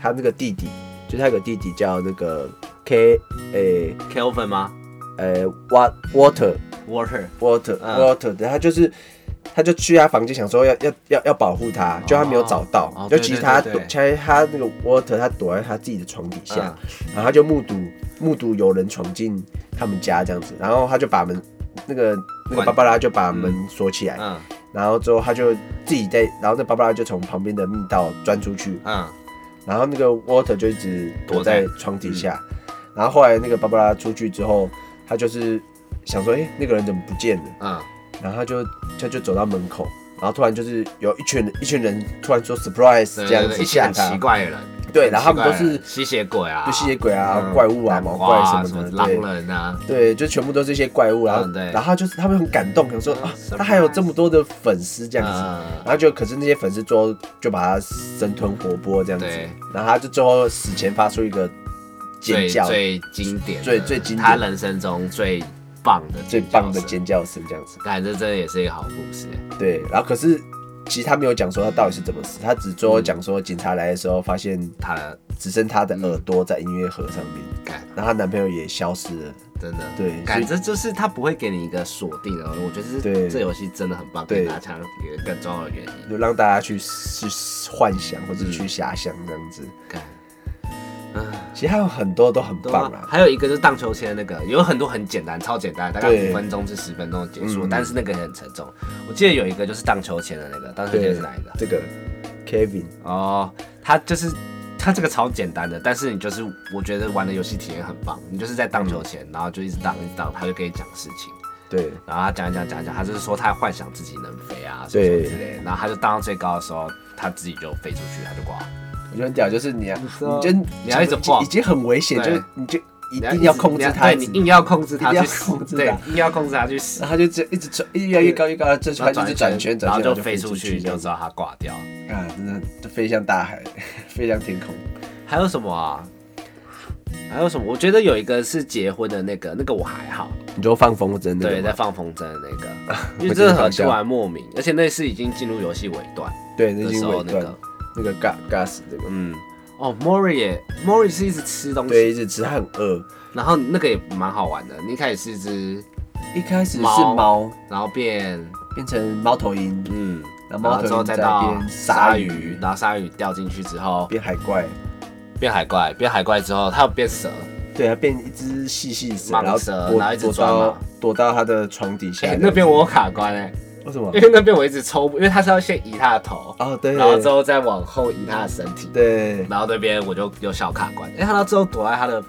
Speaker 2: 他那个弟弟，就是他有个弟弟叫那个 K 诶
Speaker 4: 嗯 Kelvin 吗
Speaker 2: 诶 Wat Water。
Speaker 4: ？Water，
Speaker 2: water
Speaker 4: 嗯
Speaker 2: water 的，他就是他就去他房间想说要要要要保护他，就他没有找到，
Speaker 4: 哦
Speaker 2: 就
Speaker 4: 对
Speaker 2: 其实
Speaker 4: 对
Speaker 2: 他
Speaker 4: 对
Speaker 2: 躲，
Speaker 4: 对
Speaker 2: 其实他那个 water 他躲在他自己的床底下，
Speaker 4: 嗯
Speaker 2: 然后他就目睹目睹有人闯进他们家这样子，然后他就把门那个那个
Speaker 4: 关
Speaker 2: 芭芭拉就把门锁起来，
Speaker 4: 嗯
Speaker 2: 然后之后他就自己在，然后那芭芭拉就从旁边的密道钻出去，
Speaker 4: 嗯
Speaker 2: 然后那个 Water 就一直躲
Speaker 4: 躲
Speaker 2: 在
Speaker 4: 在嗯
Speaker 2: 床底下，然后后来那个芭芭拉出去之后，他就是想说，哎、那个人怎么不见了？
Speaker 4: 嗯，
Speaker 2: 然后他就他就走到门口，然后突然就是有一群人一群人突然说 surprise 这样子
Speaker 4: 一群
Speaker 2: 吓
Speaker 4: 很
Speaker 2: 他
Speaker 4: 奇，怪的人，
Speaker 2: 对，然后他们都
Speaker 4: 奇怪
Speaker 2: 是
Speaker 4: 了吸血鬼啊，
Speaker 2: 就吸血鬼啊、
Speaker 4: 嗯
Speaker 2: 怪物啊、
Speaker 4: 南
Speaker 2: 毛
Speaker 4: 瓜
Speaker 2: 怪
Speaker 4: 啊
Speaker 2: 什
Speaker 4: 什
Speaker 2: 么
Speaker 4: 么
Speaker 2: 的，
Speaker 4: 狼
Speaker 2: 对
Speaker 4: 人啊，
Speaker 2: 对，就全部都是一些怪物，然后
Speaker 4: 嗯对
Speaker 2: 然后他就是他们很感动，想说啊，他还有这么多的粉丝这样子，
Speaker 4: 嗯，
Speaker 2: 然后就可是那些粉丝最后就把他生吞活剥这样子
Speaker 4: 对，
Speaker 2: 然后他就最后死前发出一个尖
Speaker 4: 最
Speaker 2: 叫，
Speaker 4: 最经典的，
Speaker 2: 最最经典
Speaker 4: 他人生中最棒的
Speaker 2: 最棒的
Speaker 4: 节，
Speaker 2: 尖叫声这样子，
Speaker 4: 感觉这真的也是一个好故事。
Speaker 2: 对，然后可是其实他没有讲说他到底是怎么死，他只最后讲说警察来的时候发现
Speaker 4: 他的
Speaker 2: 只剩他的耳朵在音乐盒上面，
Speaker 4: 感
Speaker 2: 然后她男朋友也消失了，
Speaker 4: 真的
Speaker 2: 对
Speaker 4: 感
Speaker 2: 所
Speaker 4: 觉就是他不会给你一个锁定的，我觉得
Speaker 2: 对
Speaker 4: 是这游戏真的很棒，
Speaker 2: 对
Speaker 4: 给大家有一个更重要的原因。
Speaker 2: 就让大家去去幻想或者去遐想这样子。
Speaker 4: 感
Speaker 2: 其实还有很多都很
Speaker 4: 对
Speaker 2: 棒
Speaker 4: 啊
Speaker 2: 啦，
Speaker 4: 还有一个就是荡秋千的那个，有很多很简单，超简单，大概
Speaker 2: 对
Speaker 4: 五分钟至十分钟就结束，
Speaker 2: 嗯
Speaker 4: 但是那个也很沉重。我记得有一个就是荡秋千的那个，荡秋千是哪一个？
Speaker 2: 这个 Kevin
Speaker 4: 哦，它就是它这个超简单的，但是你就是我觉得玩的游戏体验很棒，你就是在荡秋千，然后就一直荡一直荡，他就跟你讲事情。
Speaker 2: 对
Speaker 4: 然后他讲一讲讲一讲，他就是说他幻想自己能飞啊，什么什
Speaker 2: 对
Speaker 4: 么之类的。然后他就荡到最高的时候，他自己就飞出去，他就挂了。
Speaker 2: 我觉得很屌，就是你啊，
Speaker 4: 知道
Speaker 2: 你就
Speaker 4: 你要一直
Speaker 2: 已经
Speaker 4: 晃
Speaker 2: 已经很危险，就
Speaker 4: 对啊
Speaker 2: 是你就一定要控制它，
Speaker 4: 对你硬要控制他
Speaker 2: 一定
Speaker 4: 去
Speaker 2: 要
Speaker 4: 死
Speaker 2: 控，制
Speaker 4: 对
Speaker 2: 它，
Speaker 4: 硬要控制他去死
Speaker 2: 然。后它就这一直转，越来越高越高，最后它就是转圈
Speaker 4: 然
Speaker 2: 转
Speaker 4: 后
Speaker 2: 圈，
Speaker 4: 就
Speaker 2: 飞
Speaker 4: 飞出去，
Speaker 2: 去，
Speaker 4: 你
Speaker 2: 这
Speaker 4: 就
Speaker 2: 样
Speaker 4: 知
Speaker 2: 子
Speaker 4: 道它挂掉。
Speaker 2: 啊，真的就飞向大海， <laughs> 飞向天空。
Speaker 4: 还有什么啊？还有什么？我觉得有一个是结婚的那个，那个我还好，
Speaker 2: 你就放风筝
Speaker 4: 对，在放风筝的那 <laughs> 个，因为真的很突然莫名，而且那是已经进入游戏尾段
Speaker 2: 对，那
Speaker 4: 的
Speaker 2: 已
Speaker 4: 时
Speaker 2: 经
Speaker 4: 候
Speaker 2: 尾
Speaker 4: 那
Speaker 2: 段
Speaker 4: 个，
Speaker 2: 那个 gas gas 这个，
Speaker 4: 嗯，哦，Mori 也，Mori 是一直吃东
Speaker 2: 对，
Speaker 4: 西，
Speaker 2: 一直吃它很饿。
Speaker 4: 然后那个也蛮好玩的，你一开始是一只，
Speaker 2: 一开始是
Speaker 4: 猫
Speaker 2: 猫
Speaker 4: 然后变，
Speaker 2: 变成猫头鹰，
Speaker 4: 嗯，
Speaker 2: 然后
Speaker 4: 然
Speaker 2: 猫
Speaker 4: 后之
Speaker 2: 头
Speaker 4: 后
Speaker 2: 鹰
Speaker 4: 再
Speaker 2: 再
Speaker 4: 到
Speaker 2: 变
Speaker 4: 鲨
Speaker 2: 鲨
Speaker 4: 鱼
Speaker 2: 鱼，，
Speaker 4: 然后鲨鱼掉进去之后
Speaker 2: 变海怪。
Speaker 4: 变海怪，变海怪之后它又变蛇，
Speaker 2: 对，它变一只细细蛇，
Speaker 4: 蟒
Speaker 2: 然后
Speaker 4: 蛇
Speaker 2: 躲
Speaker 4: 然后一直
Speaker 2: 躲
Speaker 4: 抓
Speaker 2: 到
Speaker 4: 嘛
Speaker 2: 躲到它的床底下
Speaker 4: 哎
Speaker 2: 这样，子。
Speaker 4: 那边我有卡关哎、
Speaker 2: 为什么
Speaker 4: 因？为那边我一直抽不，因为他是要先移他的头，
Speaker 2: 哦，对，
Speaker 4: 然后之后再往后移他的身体，
Speaker 2: 对
Speaker 4: 然后那边我就有小卡关，因为他到最后躲在他的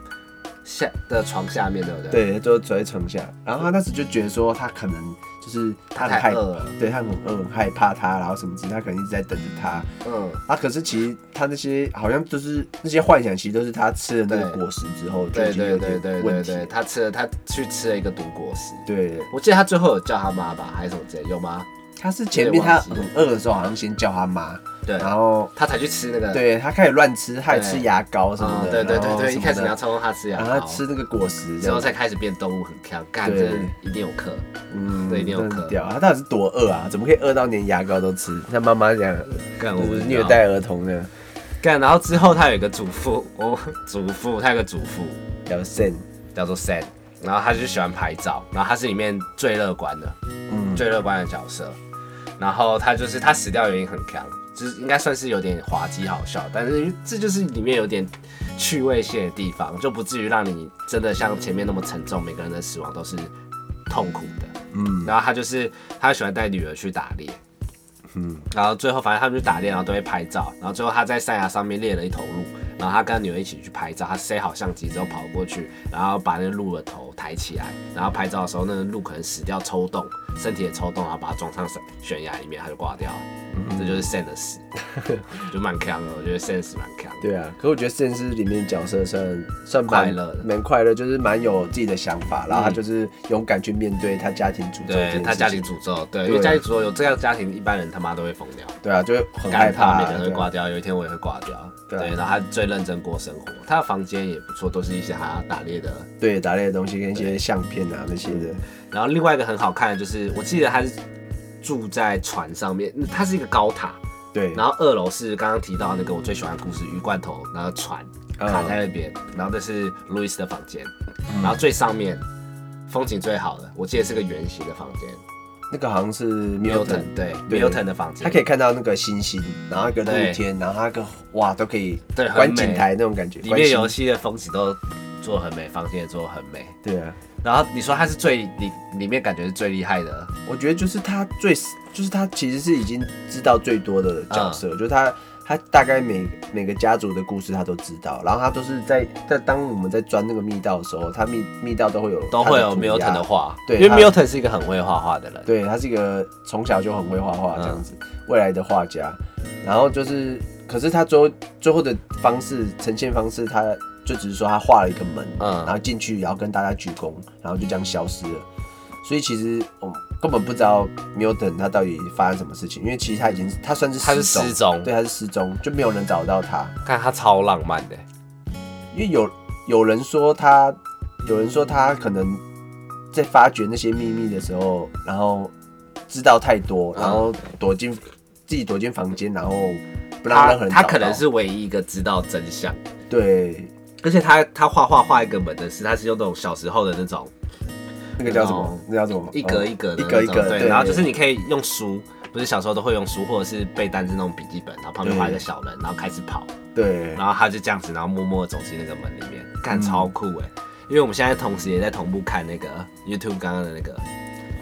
Speaker 4: 下的床下面，对不对？，
Speaker 2: 对，就躲在床下。然后他那时就觉得说，他可能就是他很
Speaker 4: 太
Speaker 2: 害
Speaker 4: 饿了，
Speaker 2: 对他很饿，很害怕他，然后什么之类，他可能一直在等着他。
Speaker 4: 嗯，
Speaker 2: 啊，可是其实他那些好像就是那些幻想，其实都是他吃了那个
Speaker 4: 对
Speaker 2: 果实之后就
Speaker 4: 对
Speaker 2: 已经有
Speaker 4: 对对
Speaker 2: 点
Speaker 4: 对对
Speaker 2: 问题
Speaker 4: 对，。他吃了他去吃了一个毒果实，
Speaker 2: 对，
Speaker 4: 我记得他最后有叫他妈吧，还是什么之类的，有吗？
Speaker 2: 他是前面他
Speaker 4: 我也忘
Speaker 2: 很
Speaker 4: 记
Speaker 2: 饿的时候，好像先叫他妈，
Speaker 4: 对，
Speaker 2: 然后
Speaker 4: 他才去吃那个，
Speaker 2: 对他开始乱吃，他也吃牙膏什么
Speaker 4: 嗯，
Speaker 2: 的，
Speaker 4: 对对
Speaker 2: 然
Speaker 4: 对
Speaker 2: 后
Speaker 4: 对，
Speaker 2: 什
Speaker 4: 一
Speaker 2: 么
Speaker 4: 开始
Speaker 2: 的
Speaker 4: 你要操控他吃牙
Speaker 2: 然后
Speaker 4: 膏
Speaker 2: 他，吃那个果实这
Speaker 4: 之后
Speaker 2: 样
Speaker 4: 才开始变动物很强，干
Speaker 2: 对
Speaker 4: 这一定有课，
Speaker 2: 嗯，
Speaker 4: 对一定有
Speaker 2: 真的很
Speaker 4: 可
Speaker 2: 屌，他到底是多饿啊？怎么可以饿到连牙膏都吃？像妈妈这样，
Speaker 4: 干我
Speaker 2: 就是
Speaker 4: 们
Speaker 2: 虐待儿童呢？
Speaker 4: 干，然后之后他有一个祖父，哦，祖父，他有个祖父
Speaker 2: 屌 Sen，
Speaker 4: 叫做 Sam，然后他就喜欢拍照，然后他是里面最乐观的，
Speaker 2: 嗯，
Speaker 4: 最乐观的角色。然后他就是他死掉的原因很强，就是应该算是有点滑稽好笑，但是这就是里面有点趣味性的地方，就不至于让你真的像前面那么沉重，每个人的死亡都是痛苦的。嗯，然后他就是他喜欢带女儿去打猎，嗯，然后最后反正他们去打猎，然后都会拍照，然后最后他在山崖上面猎了一头鹿，然后他跟女儿一起去拍照，他塞好相机之后跑过去，然后把那个鹿的头抬起来，然后拍照的时候，那个鹿可能死掉抽动，身体也抽动，然后把它撞上悬悬崖里面，它就挂掉了。这就是 Sen 的死，就蛮强的，我觉得 Sen 死蛮强的。
Speaker 2: 对啊。可我觉得 Sen 是里面角色算算蛮
Speaker 4: 快乐的嗯
Speaker 2: 蛮快乐，就是蛮有自己的想法，然后他就是勇敢去面对他家庭诅咒这件
Speaker 4: 对
Speaker 2: 事
Speaker 4: 他家庭
Speaker 2: 情
Speaker 4: 诅咒，对，
Speaker 2: 对
Speaker 4: 因为家庭诅咒有这样的家庭，一般人他妈都会疯掉，
Speaker 2: 对啊，就会很害
Speaker 4: 干
Speaker 2: 怕
Speaker 4: 他
Speaker 2: 啊，
Speaker 4: 每个人都会
Speaker 2: 对啊
Speaker 4: 挂掉，有一天我也会挂掉。
Speaker 2: 对
Speaker 4: 对
Speaker 2: 啊，
Speaker 4: 然后他最认真过生活，他的房间也不错，都是一些他打猎的
Speaker 2: 对打猎的东西跟一些相片啊那些的，
Speaker 4: 然后另外一个很好看的就是，我记得他是住在船上面，嗯它是一个高塔，
Speaker 2: 对，
Speaker 4: 然后二楼是刚刚提到那个我最喜欢的故事鱼罐头，然后船
Speaker 2: 嗯
Speaker 4: 卡在那边，然后这是路易斯的房间，然后最上面风景最好的，我记得是个圆形的房间
Speaker 2: 那个好像是 Milton，
Speaker 4: ，Milton 对
Speaker 2: 对
Speaker 4: Milton 的房间，
Speaker 2: 他可以看到那个星星，然后一个露
Speaker 4: 对
Speaker 2: 天，然后他个哇都可以
Speaker 4: 对很
Speaker 2: 观景
Speaker 4: 美
Speaker 2: 台那种感觉，
Speaker 4: 里
Speaker 2: 观
Speaker 4: 面
Speaker 2: 星
Speaker 4: 游戏的风景都做得很美，房间也做得很美，
Speaker 2: 对啊，
Speaker 4: 然后你说他是最里里面感觉是最厉害的，
Speaker 2: 我觉得就是他最，就是他其实是已经知道最多的角
Speaker 4: 嗯
Speaker 2: 色，就是他他大概每每个家族的故事他都知道，然后他都是在在当我们在钻那个密道的时候，他密密道都会有
Speaker 4: 都会有
Speaker 2: 他
Speaker 4: Milton
Speaker 2: 的涂鸦
Speaker 4: 的画，
Speaker 2: 对
Speaker 4: 因为
Speaker 2: 他
Speaker 4: Milton 是一个很会画画的人，
Speaker 3: 嗯
Speaker 2: 对他是一个从小就很会画画这样子、未来的画家，然后就是可是他最后最后的方式呈现方式，他就只是说他画了一个门，
Speaker 3: 嗯
Speaker 2: 然后进去，然后跟大家鞠躬，然后就这样消失了。所以其实我们根本不知道 Milton 他到底发生什么事情，因为其实他已经他算是
Speaker 3: 他是
Speaker 2: 失
Speaker 3: 失踪
Speaker 2: 对，他是失踪，就没有人找到他。
Speaker 3: 看他超浪漫的，
Speaker 2: 因为有有人说他，有人说他可能在发掘那些秘密的时候，然后知道太多，然后躲进、自己躲进房间，然后不让
Speaker 4: 他
Speaker 2: 任何人
Speaker 4: 他
Speaker 2: 找
Speaker 4: 可
Speaker 2: 到
Speaker 4: 能是唯一一个知道真相，
Speaker 2: 对
Speaker 4: 而且他他画画画一个门的是，他是用那种小时候的那种
Speaker 2: 那个叫什
Speaker 4: 哦
Speaker 2: 么？那叫什么？
Speaker 4: 一格一格的
Speaker 2: 一
Speaker 4: 那
Speaker 2: 格
Speaker 4: 种，
Speaker 2: 一格的
Speaker 4: 对，
Speaker 2: 对
Speaker 4: 然后就是你可以用书，不是小时候都会用书，或者是背单词那种笔记本，然后旁边画一个小
Speaker 2: 嗯
Speaker 4: 人，然后开始跑，
Speaker 2: 对
Speaker 4: 然后他就这样子，然后默默地走进那个门里面，干超酷哎、因为我们现在同时也在同步看那个 YouTube 刚刚的那个，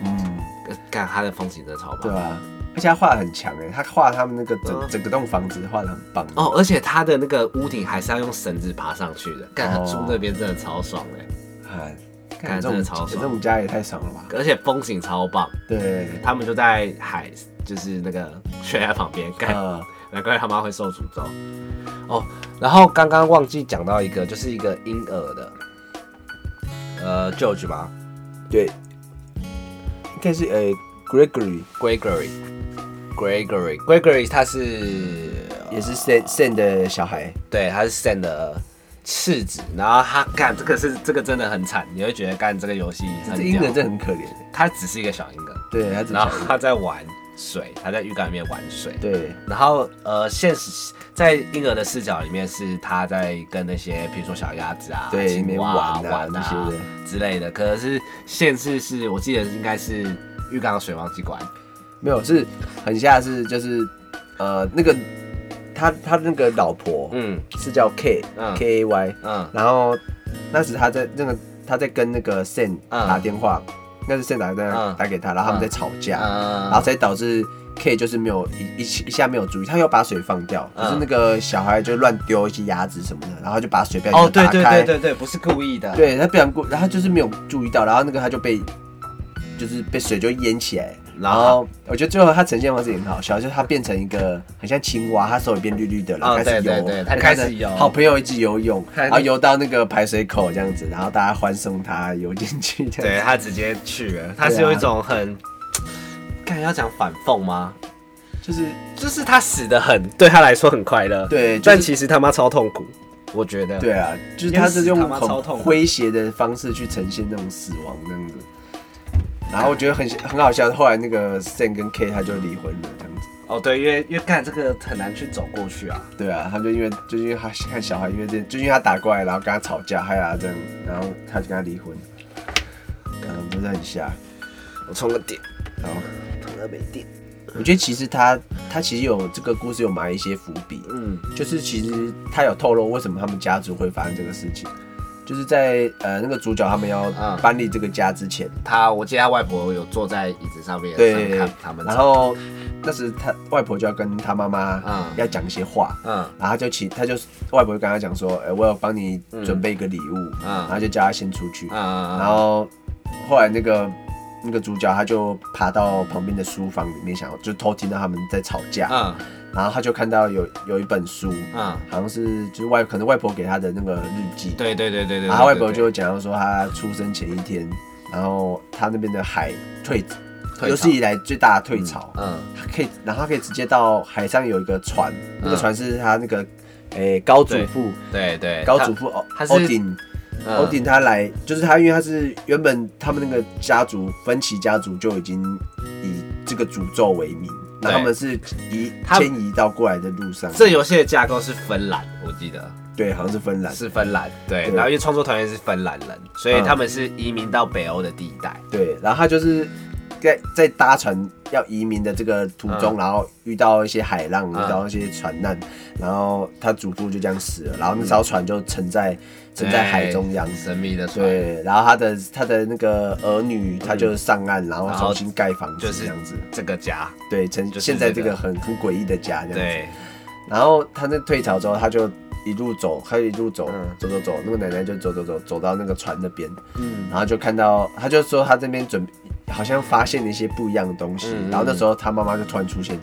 Speaker 2: 嗯，
Speaker 4: 呃干他的风景真的超棒。
Speaker 2: 对啊，而且他画的很强哎，他画他们那个整、
Speaker 4: 嗯
Speaker 2: 整个栋房子画的很棒
Speaker 4: 哦，而且他的那个屋顶还是要用绳子爬上去的，干他
Speaker 2: 哦
Speaker 4: 住那边真的超爽哎、
Speaker 2: 哎，
Speaker 4: 干
Speaker 2: 看这
Speaker 4: 真的
Speaker 2: 种
Speaker 4: 超爽
Speaker 2: 这种家也太爽了吧？
Speaker 4: 而且风景超棒，
Speaker 2: 对
Speaker 4: 他们就在海，就是那个悬崖旁边干。
Speaker 2: 啊、
Speaker 4: 难怪他妈会受诅咒。哦
Speaker 3: 然后刚刚忘记讲到一个，就是一个婴儿的，呃，George 吗
Speaker 2: 对，应该是呃 Gregory
Speaker 3: ？Gregory，Gregory，Gregory，他是
Speaker 2: 也是 San San 的小孩。
Speaker 3: 对，他是 Sam 的次子，然
Speaker 4: 然
Speaker 3: 后
Speaker 4: 后他干这个是这个真的很惨，你会觉得干这个游戏
Speaker 2: 这
Speaker 4: 很
Speaker 2: 英
Speaker 4: 屌
Speaker 2: 人。真的很可怜，
Speaker 4: 他只是一个小婴儿，
Speaker 2: 对他只
Speaker 4: 然
Speaker 2: 想
Speaker 4: 后他在玩水，他在浴缸里面玩水。
Speaker 2: 对
Speaker 4: 然后呃，现实在婴儿的视角里面是他在跟那些比如说小鸭子啊、
Speaker 2: 对里
Speaker 4: 青
Speaker 2: 面
Speaker 4: 蛙啊、
Speaker 2: 玩啊
Speaker 4: 玩
Speaker 2: 那些
Speaker 4: 啊
Speaker 2: 的，
Speaker 4: 之类的。可是现实是我记得应该是浴缸的水忘记关，
Speaker 2: 没有是很像是就是呃那个他他那个老婆
Speaker 4: 嗯
Speaker 2: 是叫 K、
Speaker 4: 嗯
Speaker 2: K A Y，
Speaker 4: 嗯
Speaker 2: 然后那时他在那个他在跟那个 Sen
Speaker 4: 嗯
Speaker 2: 打电话，那是 Sen 打电话
Speaker 4: 嗯
Speaker 2: 打给他，然后他们在吵架，然后
Speaker 4: 嗯，
Speaker 2: 才导致 K 就是没有一一起一下没有注意，他又把水放掉，可是
Speaker 4: 嗯
Speaker 2: 那个小孩就乱丢一些鸭子什么的，然后就把水杯
Speaker 4: 哦对
Speaker 2: 打
Speaker 4: 对
Speaker 2: 开
Speaker 4: 对，对对，不是故意的，
Speaker 2: 对他不想过，然后就是没有注意到，然后那个他就被就是被水就淹起来。然
Speaker 4: 然
Speaker 2: 后
Speaker 4: 后
Speaker 2: 我觉得最后他呈现方式也很好笑，就是他变成一个很像青蛙，他手也变绿绿的，然后
Speaker 4: 哦
Speaker 2: 开始游，
Speaker 4: 对对对他
Speaker 2: 跟
Speaker 4: 开
Speaker 2: 的
Speaker 4: 始游
Speaker 2: 好朋友一起游泳，
Speaker 4: 看
Speaker 2: 然后游到那个排水口这样子，然后大家欢送他游进去这
Speaker 4: 对啊
Speaker 2: 样子。
Speaker 4: 他直接去了，他是有一种很，看、要讲反讽吗？
Speaker 2: 就是
Speaker 4: 就是他死的很，
Speaker 3: 对他来说很快乐，
Speaker 2: 对，就
Speaker 3: 但
Speaker 2: 是
Speaker 3: 其实他妈超痛苦。
Speaker 4: 我觉得，
Speaker 2: 对啊，就是
Speaker 3: 淹
Speaker 2: 他
Speaker 3: 死
Speaker 2: 是用
Speaker 3: 他妈超
Speaker 2: 很
Speaker 3: 痛的
Speaker 2: 诙谐的方式去呈现那种死亡这样子。然后我觉得很很好笑，后来那个 Sam 跟 K 他就离婚了这样子。
Speaker 4: 哦对，因为因为干这个很难去走过去啊，
Speaker 2: 对啊，他就因为就因为他看小孩，因为这就因为他打过来，然后跟他吵架，害他这样，然后他就跟他离婚，嗯，真的很瞎。
Speaker 3: 我充个电，
Speaker 2: 然后
Speaker 3: 躺在没电。
Speaker 2: 我觉得其实他他其实有这个故事有埋一些伏笔，
Speaker 4: 嗯，
Speaker 2: 就是其实他有透露为什么他们家族会发生这个事情，就是在呃那个主角他们要
Speaker 4: 嗯
Speaker 2: 搬离这个家之前，
Speaker 4: 他我记得他外婆有坐在椅子上面
Speaker 2: 对
Speaker 4: 看啊他们，
Speaker 2: 然后那时他外婆就要跟他妈妈
Speaker 4: 嗯
Speaker 2: 要讲一些话，
Speaker 4: 嗯
Speaker 2: 然后他就请，他就外婆就跟他讲说，哎、我有帮你准备一个礼物，
Speaker 4: 嗯
Speaker 2: 然后就叫他先出去，
Speaker 4: 嗯嗯，
Speaker 2: 然后后来那个那个主角他就爬到旁边的书房里面，想要就偷听到他们在吵架，
Speaker 4: 嗯
Speaker 2: 然后他就看到有有一本书，
Speaker 4: 嗯，
Speaker 2: 好像是就是外可能外婆给他的那个日记，
Speaker 4: 对对对对对，
Speaker 2: 然后他外
Speaker 4: 对
Speaker 2: 婆
Speaker 4: 对
Speaker 2: 就讲到说他出生前一天，然后他那边的海退，
Speaker 4: 退潮
Speaker 2: 有史以来最大的退潮，
Speaker 4: 嗯
Speaker 2: 他可以，然后他可以直接到海上有一个船，那个
Speaker 4: 嗯
Speaker 2: 船是他那个诶、高祖父，
Speaker 4: 对对，
Speaker 2: 高祖父欧
Speaker 4: 他是嗯
Speaker 2: 欧鼎欧鼎他来，就是他，因为他是原本他们那个家族分歧家族就已经以这个诅咒为名，那
Speaker 4: 对
Speaker 2: 他们是移
Speaker 4: 他
Speaker 2: 迁移到过来的路上，
Speaker 4: 这游戏的架构是芬兰，我记得
Speaker 2: 对，好像是芬兰，
Speaker 4: 是芬兰，对，
Speaker 2: 对嗯
Speaker 4: 然后因为创作团员是芬兰人，所以他们是移民到北欧的地带，
Speaker 2: 对，然后他就是在在搭船要移民的这个途
Speaker 4: 嗯
Speaker 2: 中，然后遇到一些海浪，遇到一些船难，然后他祖父就这样死了，然后那艘船就沉在沉在海中央。
Speaker 4: 神秘的船，
Speaker 2: 对，然后他的他的那个儿女，他就上岸，然后
Speaker 4: 嗯然后
Speaker 2: 重新盖房子，
Speaker 4: 就
Speaker 2: 这
Speaker 4: 是
Speaker 2: 样子。
Speaker 4: 这个家，
Speaker 2: 对，成
Speaker 4: 就是
Speaker 2: 现在这
Speaker 4: 这
Speaker 2: 个
Speaker 4: 个
Speaker 2: 很很诡异的家这样子。
Speaker 4: 对。
Speaker 2: 然后他那退潮之后，他就一路走，他就一路走
Speaker 4: 嗯，
Speaker 2: 走走走，那个奶奶就走走走走到那个船那边，
Speaker 4: 嗯
Speaker 2: 然后就看到，他就说他这边准好像发现了一些不一样的东西，
Speaker 4: 嗯嗯
Speaker 2: 然后那时候他妈妈就突然出现，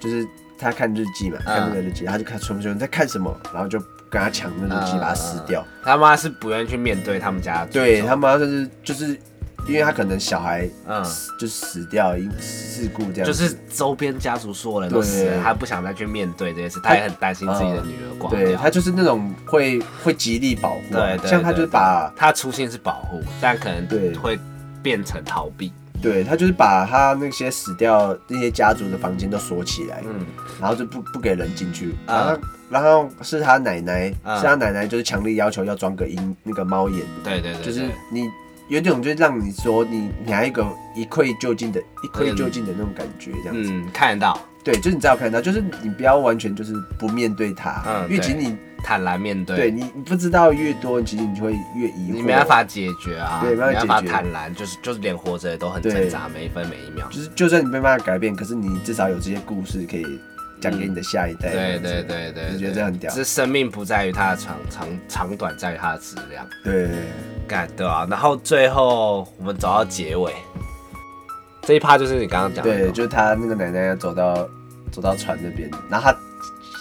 Speaker 2: 就是他看日记嘛，
Speaker 4: 嗯
Speaker 2: 看那个日记，他就看纯纯在看什么，然后就跟他抢那日记，
Speaker 4: 嗯
Speaker 2: 把它撕掉。
Speaker 4: 他妈是不愿意去面对他们家的诅咒，
Speaker 2: 对他妈就是就是，因为他可能小孩
Speaker 4: 嗯
Speaker 2: 就死掉，因事故这样子，
Speaker 4: 就是周边家族所有人都死
Speaker 2: 对啊
Speaker 4: 了，他不想再去面对这件事，他也很担心自己的女儿挂
Speaker 2: 嗯对
Speaker 4: 掉。
Speaker 2: 他就是那种会会极力保护啊，
Speaker 4: 对对
Speaker 2: 像他就是把
Speaker 4: 他初心是保护，但可能
Speaker 2: 对
Speaker 4: 会变成逃避。
Speaker 2: 对他就是把他那些死掉那些家族的房间都锁起来，
Speaker 4: 嗯，
Speaker 2: 然后就不不给人进去，然
Speaker 4: 啊
Speaker 2: 后然后是他奶奶，
Speaker 4: 啊
Speaker 2: 是他奶奶就是强力要求要装个鹰那个猫眼，
Speaker 4: 对对对，
Speaker 2: 就是
Speaker 4: 对
Speaker 2: 你有一种就让你说你你还有一个一窥究竟的一窥究竟的那种感觉这样子，
Speaker 4: 嗯，看得到，
Speaker 2: 对，就是你才有看到，就是你不要完全就是不面对他，
Speaker 4: 嗯
Speaker 2: 因为其实
Speaker 4: 对
Speaker 2: 你
Speaker 4: 坦然面对，
Speaker 2: 对你你不知道越多，其实你就会越疑惑，
Speaker 4: 你没办法解决啊，
Speaker 2: 对
Speaker 4: 没
Speaker 2: 没办法
Speaker 4: 办法
Speaker 2: 解决
Speaker 4: 坦然，就是就是连活着也都很
Speaker 2: 对
Speaker 4: 挣扎，每一分每一秒。
Speaker 2: 就是就算你没办法改变，可是你至少有这些故事可以讲给你的下一
Speaker 4: 对
Speaker 2: 代。这
Speaker 4: 对
Speaker 2: 样子
Speaker 4: 对对，
Speaker 2: 我
Speaker 4: 对
Speaker 2: 觉得这样很屌
Speaker 4: 是生命不在于它的长长长短，在于它的质量。
Speaker 2: 对
Speaker 4: 干对啊，然后最后我们走到结尾，这一趴就是你刚刚讲的
Speaker 2: 对
Speaker 4: 嘛，
Speaker 2: 对，就是他那个奶奶要走到走到船那边，然后他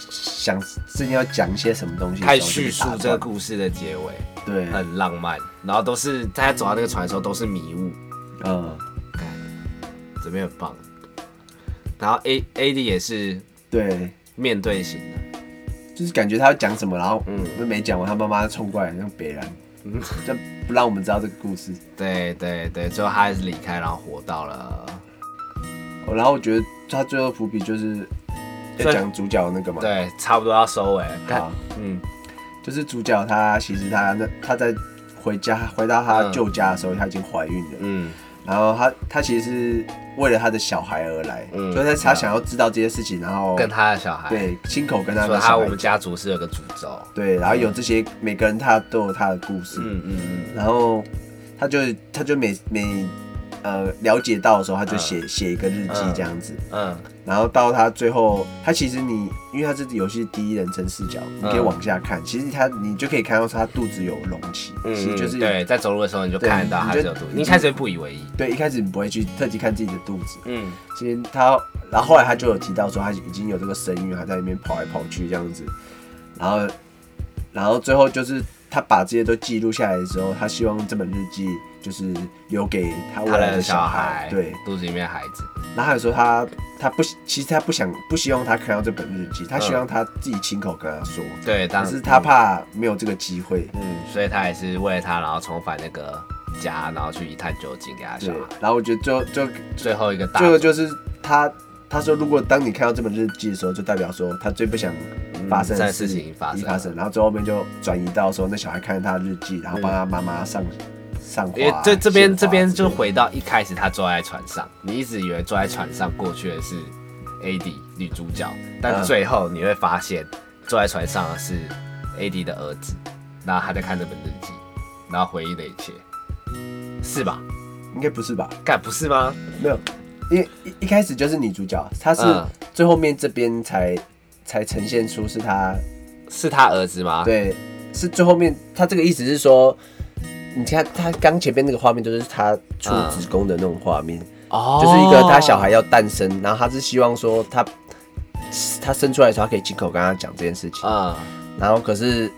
Speaker 2: 想最近要讲一些什么东西的时候，
Speaker 4: 开始叙述
Speaker 2: 就被嗯
Speaker 4: 这
Speaker 2: 打
Speaker 4: 个
Speaker 2: 断
Speaker 4: 故事的结尾，
Speaker 2: 对，
Speaker 4: 很浪漫。然后都是大家走到那个船的时候都是迷雾，
Speaker 2: 嗯，
Speaker 4: 干，这边很棒。然后 A A D 也是
Speaker 2: 对，
Speaker 4: 面对型的，
Speaker 2: 就是感觉他要讲什么，然后
Speaker 4: 嗯
Speaker 2: 都没讲完，他妈妈冲过来像北兰，就不让我们知道这个故事。
Speaker 4: 对对对，最后他还是离开，然后活到了，
Speaker 2: 哦然后我觉得他最后伏笔就是要
Speaker 4: 这
Speaker 2: 讲主角那个嘛，
Speaker 4: 对，差不多要收尾了。干
Speaker 2: 好，
Speaker 4: 嗯，
Speaker 2: 就是主角他其实他那他在回家回到他
Speaker 4: 嗯
Speaker 2: 旧家的时候，他已经怀孕了，
Speaker 4: 嗯
Speaker 2: 然后他他其实是为了他的小孩而来，
Speaker 4: 嗯
Speaker 2: 所以他他想要知道这些事情，然后
Speaker 4: 跟他的小孩，，
Speaker 2: 哦对亲口跟他
Speaker 4: 说
Speaker 2: 的
Speaker 4: 他
Speaker 2: 小
Speaker 4: 我
Speaker 2: 孩
Speaker 4: 们家族是有个诅咒，
Speaker 2: 对，然后有这些每个人他都有他的故事，
Speaker 4: 嗯嗯嗯，
Speaker 2: 然后他就他就每每呃了解到的时候，他就写、写一个日记
Speaker 4: 嗯
Speaker 2: 这样子，
Speaker 4: 嗯，
Speaker 2: 然后到他最后，他其实你因为他这游戏第一人称视角，
Speaker 4: 嗯
Speaker 2: 你可以往下看，其实他你就可以看到他肚子有隆起，其实就是
Speaker 4: 嗯对，在走路的时候你就
Speaker 2: 对
Speaker 4: 看得到他
Speaker 2: 你
Speaker 4: 是
Speaker 2: 就
Speaker 4: 有毒，
Speaker 2: 你
Speaker 4: 你一
Speaker 2: 就
Speaker 4: 开始会不以为意，
Speaker 2: 对，一开始你不会去特地看自己的肚子，
Speaker 4: 嗯，
Speaker 2: 其实他，然后后来他就有提到说他已经有这个身孕，还在那边跑来跑去这样子，然后，然后最后就是他把这些都记录下来之后，他希望这本日记就是留给他未
Speaker 4: 他
Speaker 2: 来
Speaker 4: 的
Speaker 2: 的
Speaker 4: 小
Speaker 2: 孩
Speaker 4: 孩，，
Speaker 2: 对。
Speaker 4: 肚子里面的孩子，
Speaker 2: 然后还有说他他不其实他不想不希望他看到这本日记，他希望他自己亲口跟他说，
Speaker 4: 对，当
Speaker 2: 可是他，怕没有这个机会，
Speaker 4: 嗯，所以他也是为了他，然后重返那个家，然后去一探究竟给他
Speaker 2: 对
Speaker 4: 小孩，。
Speaker 2: 然后我觉得最后最后
Speaker 4: 最后一个大
Speaker 2: 最后就是他他说，如果当你看到这本日记的时候，就代表说他最不想发生
Speaker 4: 嗯这
Speaker 2: 的
Speaker 4: 件事情发生
Speaker 2: 发生，然后最后面就转移到说那小孩看他的日记，然后帮他妈妈上、上
Speaker 4: 嗯因为
Speaker 2: 花。
Speaker 4: 这这边
Speaker 2: 献花
Speaker 4: 这边
Speaker 2: 之类
Speaker 4: 就
Speaker 2: 的
Speaker 4: 回到一开始他坐在船上，你一直以为坐在船上过去的是 AD 女主角，但
Speaker 2: 嗯
Speaker 4: 最后你会发现坐在船上的是 AD 的儿子，然后他在看这本日记，然后回忆的一切，是吧？
Speaker 2: 应该不是吧？
Speaker 4: 干不是吗？
Speaker 2: 没有，因为一一开始就是女主角，她是
Speaker 4: 嗯
Speaker 2: 最后面这边才才呈现出是她
Speaker 4: 是他儿子吗？，
Speaker 2: 对，是最后面她这个意思是说。你看，她刚前面那个画面就是她出
Speaker 4: 嗯
Speaker 2: 子宫的那种画面，
Speaker 4: 哦
Speaker 2: 就是一个他小孩要诞生，然后他是希望说他他生出来的时候，他可以亲口跟他讲这件事情。
Speaker 4: 嗯，
Speaker 2: 然后可是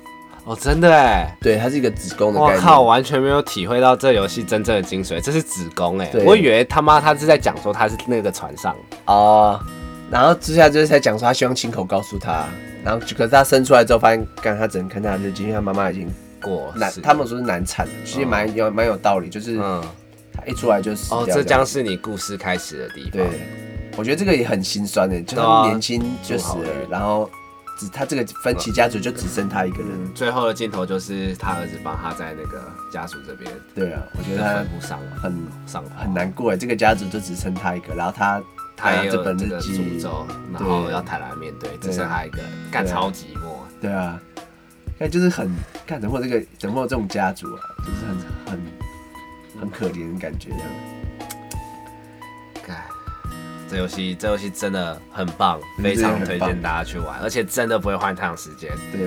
Speaker 4: 哦，真的哎。
Speaker 2: 对，他是一个子宫的
Speaker 4: 我
Speaker 2: 概念。
Speaker 4: 靠，完全没有体会到这游戏真正的精髓，这是子宫哎、
Speaker 2: 对
Speaker 4: 我以为他妈他是在讲说他是那个船上，
Speaker 2: 哦！然后之下就是才讲说他希望亲口告诉他，然后可是他生出来之后发现，干他只能看他的日记，因为他妈妈已经
Speaker 4: 过
Speaker 2: 难
Speaker 4: 世，
Speaker 2: 他们说是难产，其实蛮有蛮有道理，就是
Speaker 4: 嗯
Speaker 2: 他一出来就死掉
Speaker 4: 哦，
Speaker 2: 样
Speaker 4: 这将是你故事开始的地方。
Speaker 2: 对，我觉得这个也很心酸的，就
Speaker 4: 对
Speaker 2: 他
Speaker 4: 啊
Speaker 2: 年轻就死
Speaker 4: 祝好
Speaker 2: 了
Speaker 4: 人，
Speaker 2: 然后只他这个分歧家族就只剩他一个人。
Speaker 4: 嗯，最后的镜头就是他儿子帮他在那个家属这边
Speaker 2: 对啊，我觉得
Speaker 4: 的
Speaker 2: 他
Speaker 4: 坟墓上
Speaker 2: 很
Speaker 4: 上花
Speaker 2: 很，难过哎，这个家族就只剩他一个，然后他
Speaker 4: 他
Speaker 2: 拿
Speaker 4: 也有
Speaker 2: 这本
Speaker 4: 这
Speaker 2: 日
Speaker 4: 个
Speaker 2: 记，
Speaker 4: 诅咒，然后要坦然面对，只剩他一个人，干
Speaker 2: 对
Speaker 4: 超寂寞。
Speaker 2: 对啊，看就是很看怎么会有这个怎么会有这种家族啊，就是很很很可怜的感觉这样。
Speaker 4: 干，这游戏这游戏真的很棒，
Speaker 2: 嗯
Speaker 4: 非常
Speaker 2: 真的
Speaker 4: 推
Speaker 2: 很棒
Speaker 4: 荐大家去玩，而且真的不会花太长时间，
Speaker 2: 对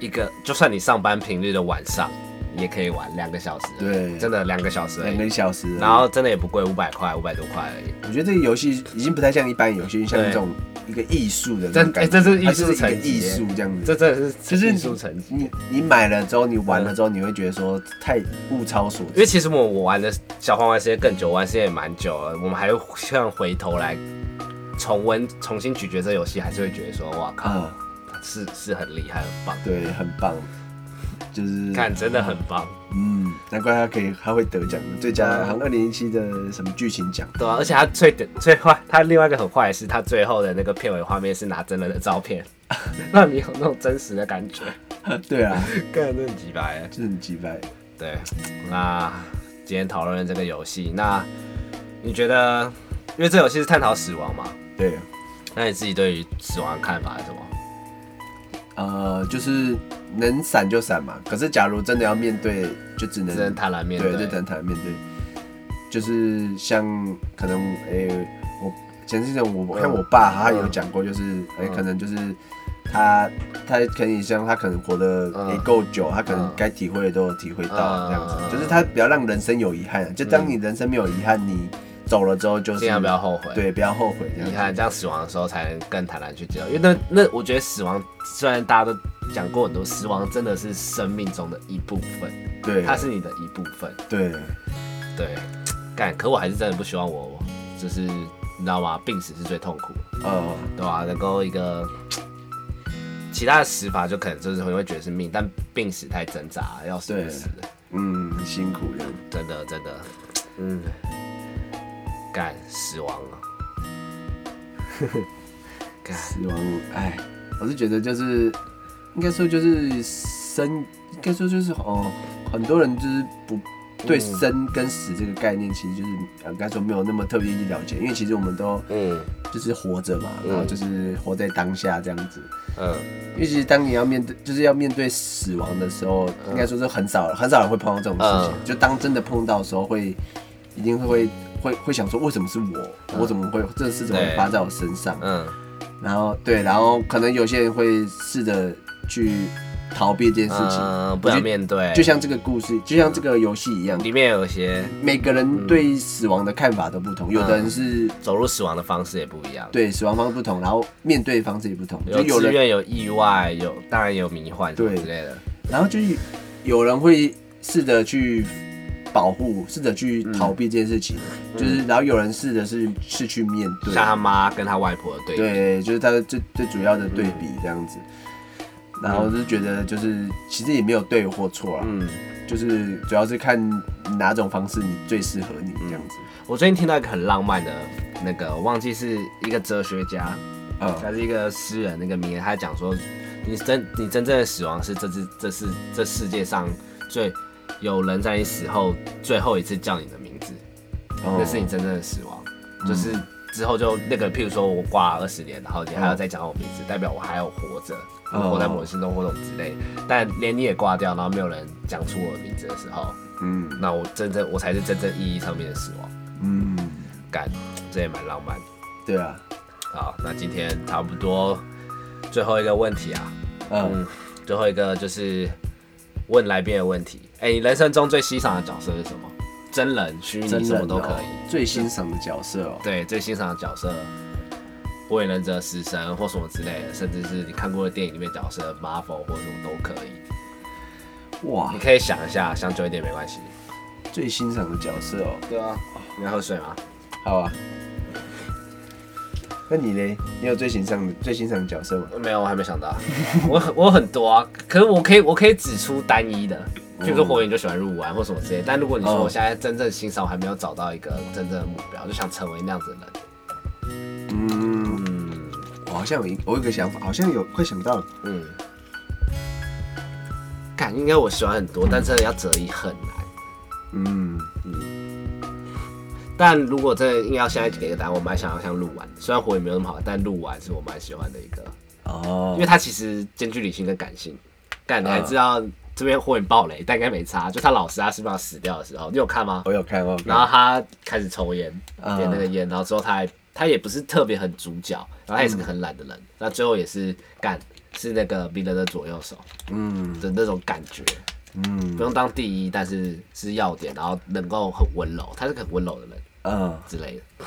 Speaker 4: 一个就算你上班平日的晚上也可以玩两个小时，
Speaker 2: 对
Speaker 4: 真的两个小时而
Speaker 2: 两个
Speaker 4: 已，
Speaker 2: 小嗯时而已，
Speaker 4: 然后真的也不贵，五百块五百多块而已。
Speaker 2: 我觉得这个游戏已经不太像一般游戏，像
Speaker 4: 对
Speaker 2: 这种一个艺术的那
Speaker 3: 真
Speaker 2: 种感觉，
Speaker 3: 哎这是艺
Speaker 2: 它
Speaker 3: 术
Speaker 2: 就是一个
Speaker 3: 层级
Speaker 2: 艺
Speaker 3: 耶
Speaker 2: 术这样子。
Speaker 3: 这真的是
Speaker 2: <laughs> 就是
Speaker 3: 艺术层级。
Speaker 2: 你你买了之后，你玩了之后，你会觉得说太物超所
Speaker 4: 因为
Speaker 2: 值。
Speaker 4: 其实我我玩的小黄玩时间更久，玩时间也蛮久了，我们还会像回头来重温、重新咀嚼这游戏，还是会觉得说，哇靠，
Speaker 2: 啊，
Speaker 4: 是是很厉害，很棒，
Speaker 2: 对，很棒，就是
Speaker 4: 看真的很棒，
Speaker 2: 嗯，难怪他可以，他会得奖的，最佳好像二零一七的什么剧情奖。
Speaker 4: 对啊，而且他最最坏，他另外一个很坏的是，他最后的那个片尾画面是拿真人的照片， <laughs> 让你有那种真实的感觉，
Speaker 2: 对啊，
Speaker 4: 干真的很鸡欸巴耶。
Speaker 2: 这很击败。
Speaker 4: 对，那今天讨论这个游戏，那你觉得，因为这游戏是探讨死亡嘛，
Speaker 2: 对，
Speaker 4: 那你自己对于死亡的看法是什么？
Speaker 2: 呃，就是能闪就闪嘛。可是假如真的要面对，就只能
Speaker 4: 只能坦然面
Speaker 2: 对，就只能坦然面对。就是像可能诶、我前之前我
Speaker 4: 嗯
Speaker 2: 我看我爸他有讲过，就是诶、可能就是他他可能像他可能活得也够久，他可能该体会的都有体会到这样
Speaker 4: 嗯
Speaker 2: 子
Speaker 4: 嗯嗯嗯。嗯
Speaker 2: 就是他不要让人生有遗憾，啊就当你人生没有遗憾，你走了之后就是
Speaker 4: 尽量不要后悔。
Speaker 2: 对，不要后悔这
Speaker 4: 遗
Speaker 2: 样。
Speaker 4: 憾，这样死亡的时候才能更坦然去接受。因为那那，我觉得死亡虽然大家都讲过很多，死亡真的是生命中的一部分，
Speaker 2: 对，
Speaker 4: 它是你的一部分。
Speaker 2: 对，
Speaker 4: 对，干，可我还是真的不希望我，就是你知道吗？病死是最痛苦的，
Speaker 2: 呃，
Speaker 4: 对吧、能够一个其他的死法，就可能就是会觉得是命，但病死太挣扎了，要死
Speaker 2: 对
Speaker 4: 就死了，
Speaker 2: 嗯，很辛苦这样。
Speaker 4: 真的真的，嗯，干死亡
Speaker 2: <laughs>
Speaker 4: 了，干
Speaker 2: 死亡，哎，我是觉得就是，应该说就是生，应该说就是哦，很多人就是不对
Speaker 4: 嗯
Speaker 2: 生跟死这个概念，其实就是呃应该说没有那么特别去了解，因为其实我们都
Speaker 4: 嗯
Speaker 2: 就是活着嘛，然后就是活在当下这样子。
Speaker 4: 嗯，
Speaker 2: 因为其实当你要面对，就是要面对死亡的时候，应该说是很少很少人会碰到这种事情。
Speaker 4: 嗯
Speaker 2: 就当真的碰到的时候，会一定会会会想说，为什么是我？我怎么会这事怎么会
Speaker 4: 嗯对
Speaker 2: 发在我身上？
Speaker 4: 嗯，
Speaker 2: 然后对，然后可能有些人会试着去逃避这件事情，
Speaker 4: 嗯，不想面对，嗯
Speaker 2: 就像这个故事，就像这个游戏一样，
Speaker 4: 里面有些
Speaker 2: 每个人对死亡的看法都不
Speaker 4: 嗯
Speaker 2: 同，有的人是
Speaker 4: 走入死亡的方式也不一样，，
Speaker 2: 对死亡方式不同，然后面对方式也不同，就
Speaker 4: 有
Speaker 2: 有
Speaker 4: 自
Speaker 2: 人，
Speaker 4: 愿，有意外，有当然也有迷幻什么
Speaker 2: 对
Speaker 4: 之类的，
Speaker 2: 然后就是有人会试着去保护，试着去
Speaker 4: 嗯
Speaker 2: 逃避这件事情，就是然后有人试着是是去面对，
Speaker 4: 像他妈跟他外婆的对比，
Speaker 2: 对，就是它的最最主要的对比这样子。然后就是觉得，就是其实也没有对或错啦，
Speaker 4: 嗯，
Speaker 2: 就是主要是看哪种方式你最适合你这样子。
Speaker 4: 我最近听到一个很浪漫的那个，我忘记是一个哲学家，
Speaker 2: 嗯
Speaker 4: 他是一个诗人，那个名言，他讲说，你真你真正的死亡是这是这是这世界上最有人在你死后最后一次叫你的名字，
Speaker 2: 哦嗯
Speaker 4: 那是你真正的死亡，就是之后就那个，譬如说我挂二十年，然后你还要再讲我名字，代表我还有活着，我
Speaker 2: 嗯哦
Speaker 4: 活在某心中或者之类。但连你也挂掉，然后没有人讲出我的名字的时候，
Speaker 2: 嗯
Speaker 4: 那我真正我才是真正意义上面的死亡。
Speaker 2: 嗯，
Speaker 4: 干，这也蛮浪漫的。
Speaker 2: 对啊，
Speaker 4: 好，那今天差不多最后一个问题啊，
Speaker 2: 嗯，
Speaker 4: 嗯，最后一个就是问来宾的问题。哎、你人生中最欣赏的角色是什么？真人、虚拟，
Speaker 2: 真
Speaker 4: 什
Speaker 2: 人
Speaker 4: 么都可
Speaker 2: 哦
Speaker 4: 以。
Speaker 2: 最欣赏的角色哦，
Speaker 4: 对，最欣赏的角色，火影忍者、死神或什么之类的，甚至是你看过的电影里面角色，Marvel 或什么都可以。
Speaker 2: 哇
Speaker 4: 你，可以想一下，想久一点没关系。
Speaker 2: 最欣赏的角色哦，
Speaker 4: 对啊，你要喝水吗？
Speaker 2: 好啊。那你嘞？你有最欣赏的最欣赏的角色吗？
Speaker 4: 没有，我还没想到。我很我很多啊，可是我可以我可以指出单一的，比如说火影就喜欢入丸或什么之类。但如果你说
Speaker 2: 嗯哦
Speaker 4: 我现在真正欣赏，我还没有找到一个真正的目标，就想成为那样子的人。
Speaker 2: 嗯，
Speaker 4: 嗯
Speaker 2: 我好像有一我有一个想法，好像有快想到了。
Speaker 4: 嗯，感应该我喜欢很多，但真的要择一很难。
Speaker 2: 嗯，
Speaker 4: 但如果真的硬要现在给个答案，我蛮想要像鹿丸。虽然火影没有那么好，但鹿丸是我蛮喜欢的一个，
Speaker 2: 哦
Speaker 4: 因为它其实兼具理性跟感性。
Speaker 2: 嗯
Speaker 4: 但你还知道这边火影爆雷，但应该没差。就他老师阿师傅死掉的时候，你有看吗？
Speaker 2: 我有看，我有看
Speaker 4: 然后他开始抽烟，
Speaker 2: 嗯
Speaker 4: 点那个烟，然后之后他还他也不是特别很主角，然后他也是
Speaker 2: 嗯
Speaker 4: 个很懒的人，那最后也是干是那个鸣人的左右手
Speaker 2: 嗯
Speaker 4: 的那种感觉，不
Speaker 2: 嗯
Speaker 4: 用当第一，但是是要点，然后能够很温柔，他是个很温柔的人
Speaker 2: 啊，
Speaker 4: 之类的。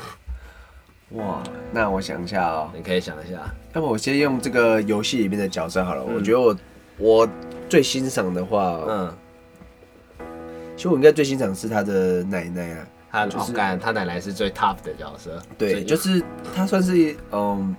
Speaker 2: 哇，嗯那我想一下哦，
Speaker 4: 你可以想一下，
Speaker 2: 那么我先用这个游戏里面的角色好了。我觉得我我最欣赏的话，
Speaker 4: 嗯，
Speaker 2: 其实我应该最欣赏是他的奶奶啊。
Speaker 4: 他
Speaker 2: 就
Speaker 4: 好
Speaker 2: 是
Speaker 4: 干，他奶奶是最 tough 的角色，
Speaker 2: 对，
Speaker 4: 最
Speaker 2: 就是他算是嗯，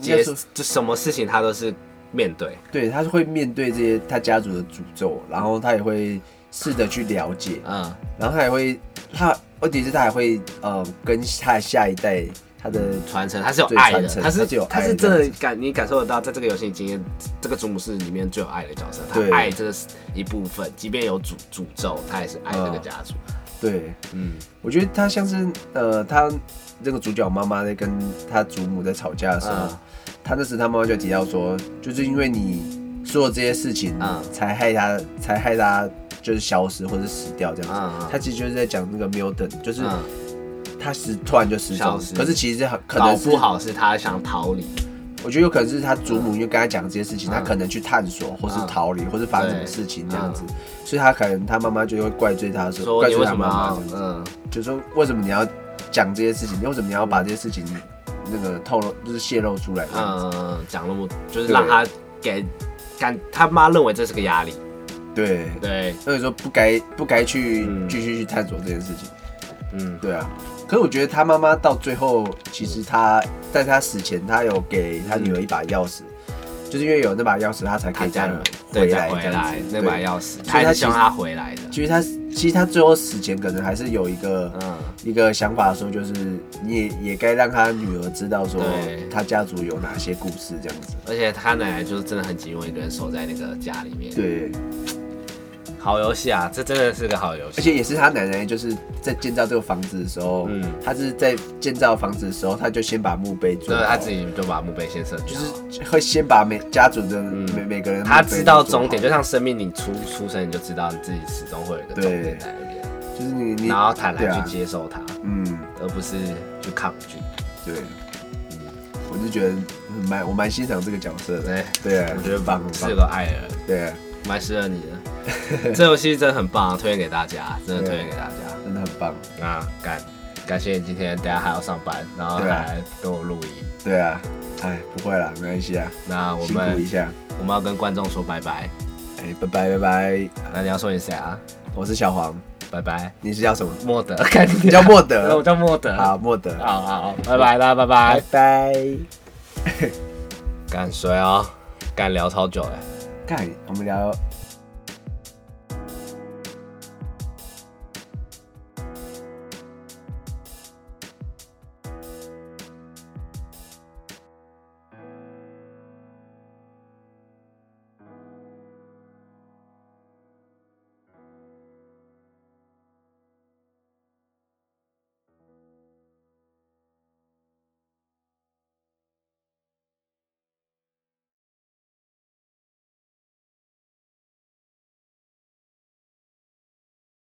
Speaker 2: 应该
Speaker 4: 接
Speaker 2: 说
Speaker 4: 就什么事情他都是面对，
Speaker 2: 对，他是会面对这些他家族的诅咒，然后他也会试着去了解，
Speaker 4: 嗯，
Speaker 2: 然后他也会他问题是他还会呃跟他的下一代他的
Speaker 4: 传承，他是有
Speaker 2: 对
Speaker 4: 爱的
Speaker 2: 传，承
Speaker 4: 他
Speaker 2: 他
Speaker 4: 是
Speaker 2: 是有
Speaker 4: 他
Speaker 2: 爱
Speaker 4: 是
Speaker 2: 的
Speaker 4: 真
Speaker 2: 这
Speaker 4: 的
Speaker 2: 样
Speaker 4: 感你感受得到，在这个游戏经验，这个祖母是里面最有爱的角色，他
Speaker 2: 对
Speaker 4: 爱这个一部分，即便有诅诅咒，他也是爱这个家族，
Speaker 2: 对，
Speaker 4: 嗯，
Speaker 2: 我觉得他像是呃他那个主角妈妈在跟他祖母在吵架的时候，
Speaker 4: 嗯
Speaker 2: 他那时他妈妈就提到说，就是因为你做这些事情，
Speaker 4: 嗯
Speaker 2: 才害他才害他就是消失或者死掉这样子。
Speaker 4: 嗯嗯
Speaker 2: 他其实就是在讲那个 Milton，就是
Speaker 4: 嗯
Speaker 2: 他失突然就失
Speaker 4: 消
Speaker 2: 踪
Speaker 4: 失，
Speaker 2: 可是其实很可
Speaker 4: 搞
Speaker 2: 能是
Speaker 4: 不，好是他想逃离，
Speaker 2: 我觉得有可能是他祖母因为跟他讲这些事情，他可能去探索或是
Speaker 4: 嗯
Speaker 2: 逃离，或是发生什么事情这样子，所以他可能他妈妈就会怪罪他说，
Speaker 4: 说
Speaker 2: 怪
Speaker 4: 你
Speaker 2: 罪
Speaker 4: 为
Speaker 2: 他
Speaker 4: 什么
Speaker 2: 妈妈这样
Speaker 4: 要
Speaker 2: 子。
Speaker 4: 嗯
Speaker 2: 就说为什么你要讲这些事情，为什么你要把这些事情那个透露，就是泄露出来这样子？
Speaker 4: 嗯讲那么就是
Speaker 2: 对
Speaker 4: 让他给感他妈认为这是个压力，
Speaker 2: 对，
Speaker 4: 对，
Speaker 2: 所以说不该不该去
Speaker 4: 嗯
Speaker 2: 继续去探索这件事情。
Speaker 4: 嗯
Speaker 2: 对啊，可是我觉得他妈妈到最后，其实他在他死前，他有给他女儿一把钥匙，就是因为有那把钥匙，他才可
Speaker 4: 他
Speaker 2: 以这
Speaker 4: 家人
Speaker 2: 样
Speaker 4: 对
Speaker 2: 回
Speaker 4: 再
Speaker 2: 来
Speaker 4: 回
Speaker 2: 这样
Speaker 4: 来
Speaker 2: 子。
Speaker 4: 那把钥匙，
Speaker 2: 以
Speaker 4: 他还
Speaker 2: 他
Speaker 4: 是
Speaker 2: 其
Speaker 4: 希望
Speaker 2: 实
Speaker 4: 他回来的，
Speaker 2: 其实他其实他最后死前可能还是有一个。
Speaker 4: 嗯
Speaker 2: 一个想法说，就是你也也该让他女儿知道说
Speaker 4: 对
Speaker 2: 他家族有哪些故事这样子。
Speaker 4: 而且他奶奶就是真的很寂寞，一个人守在那个家里面。，
Speaker 2: 对，
Speaker 4: 好游戏啊，这真的是个好游戏。
Speaker 2: 而且也是他奶奶，就是在建造这个房子的时候，
Speaker 4: 嗯
Speaker 2: 他是在建造房子的时候，他就先把墓碑做
Speaker 4: 对
Speaker 2: 好，
Speaker 4: 他自己就把墓碑先设计好，
Speaker 2: 就是会先把每家族的每、每个人的墓
Speaker 4: 嗯
Speaker 2: 碑
Speaker 4: 他知道
Speaker 2: 都做好
Speaker 4: 终点，就像生命，你出出生你就知道你自己始终会有一个终点在那边，
Speaker 2: 就是你你
Speaker 4: 然后坦
Speaker 2: 对
Speaker 4: 然
Speaker 2: 啊
Speaker 4: 去接受它，
Speaker 2: 嗯，
Speaker 4: 而不是去抗拒。
Speaker 2: 对，我就觉得嗯蛮我蛮欣赏这个角色的，
Speaker 4: 对，
Speaker 2: 对啊，
Speaker 4: 我觉得
Speaker 2: 棒
Speaker 4: 棒，
Speaker 2: 棒
Speaker 4: 是个爱人，
Speaker 2: 对啊，
Speaker 4: 蛮适合你的。这游戏真的很棒啊，推荐给大家，真的推荐给大家。
Speaker 2: 真的很棒，
Speaker 4: 那感感谢你今天，等一下还要上班，然后还
Speaker 2: 对啊
Speaker 4: 来跟我录音。
Speaker 2: 对啊，哎，不会啦，没关系啊，
Speaker 4: 那我
Speaker 2: 辛苦一
Speaker 4: 们
Speaker 2: 下，
Speaker 4: 我们要跟观众说拜拜，
Speaker 2: 哎，拜拜拜拜，
Speaker 4: 那你要说你谁啊？
Speaker 2: 我是小黄，
Speaker 4: 拜拜，
Speaker 2: 你是
Speaker 4: <laughs>
Speaker 2: 叫什么？
Speaker 4: 莫德，看你
Speaker 2: 你叫莫
Speaker 4: 德，我
Speaker 2: 德，
Speaker 4: 哦叫莫德。
Speaker 2: 啊，莫德，
Speaker 4: 好好好，拜拜啦，拜拜
Speaker 2: 拜。拜。
Speaker 4: 哦干谁啊？干聊超久哎、
Speaker 2: 干，我们聊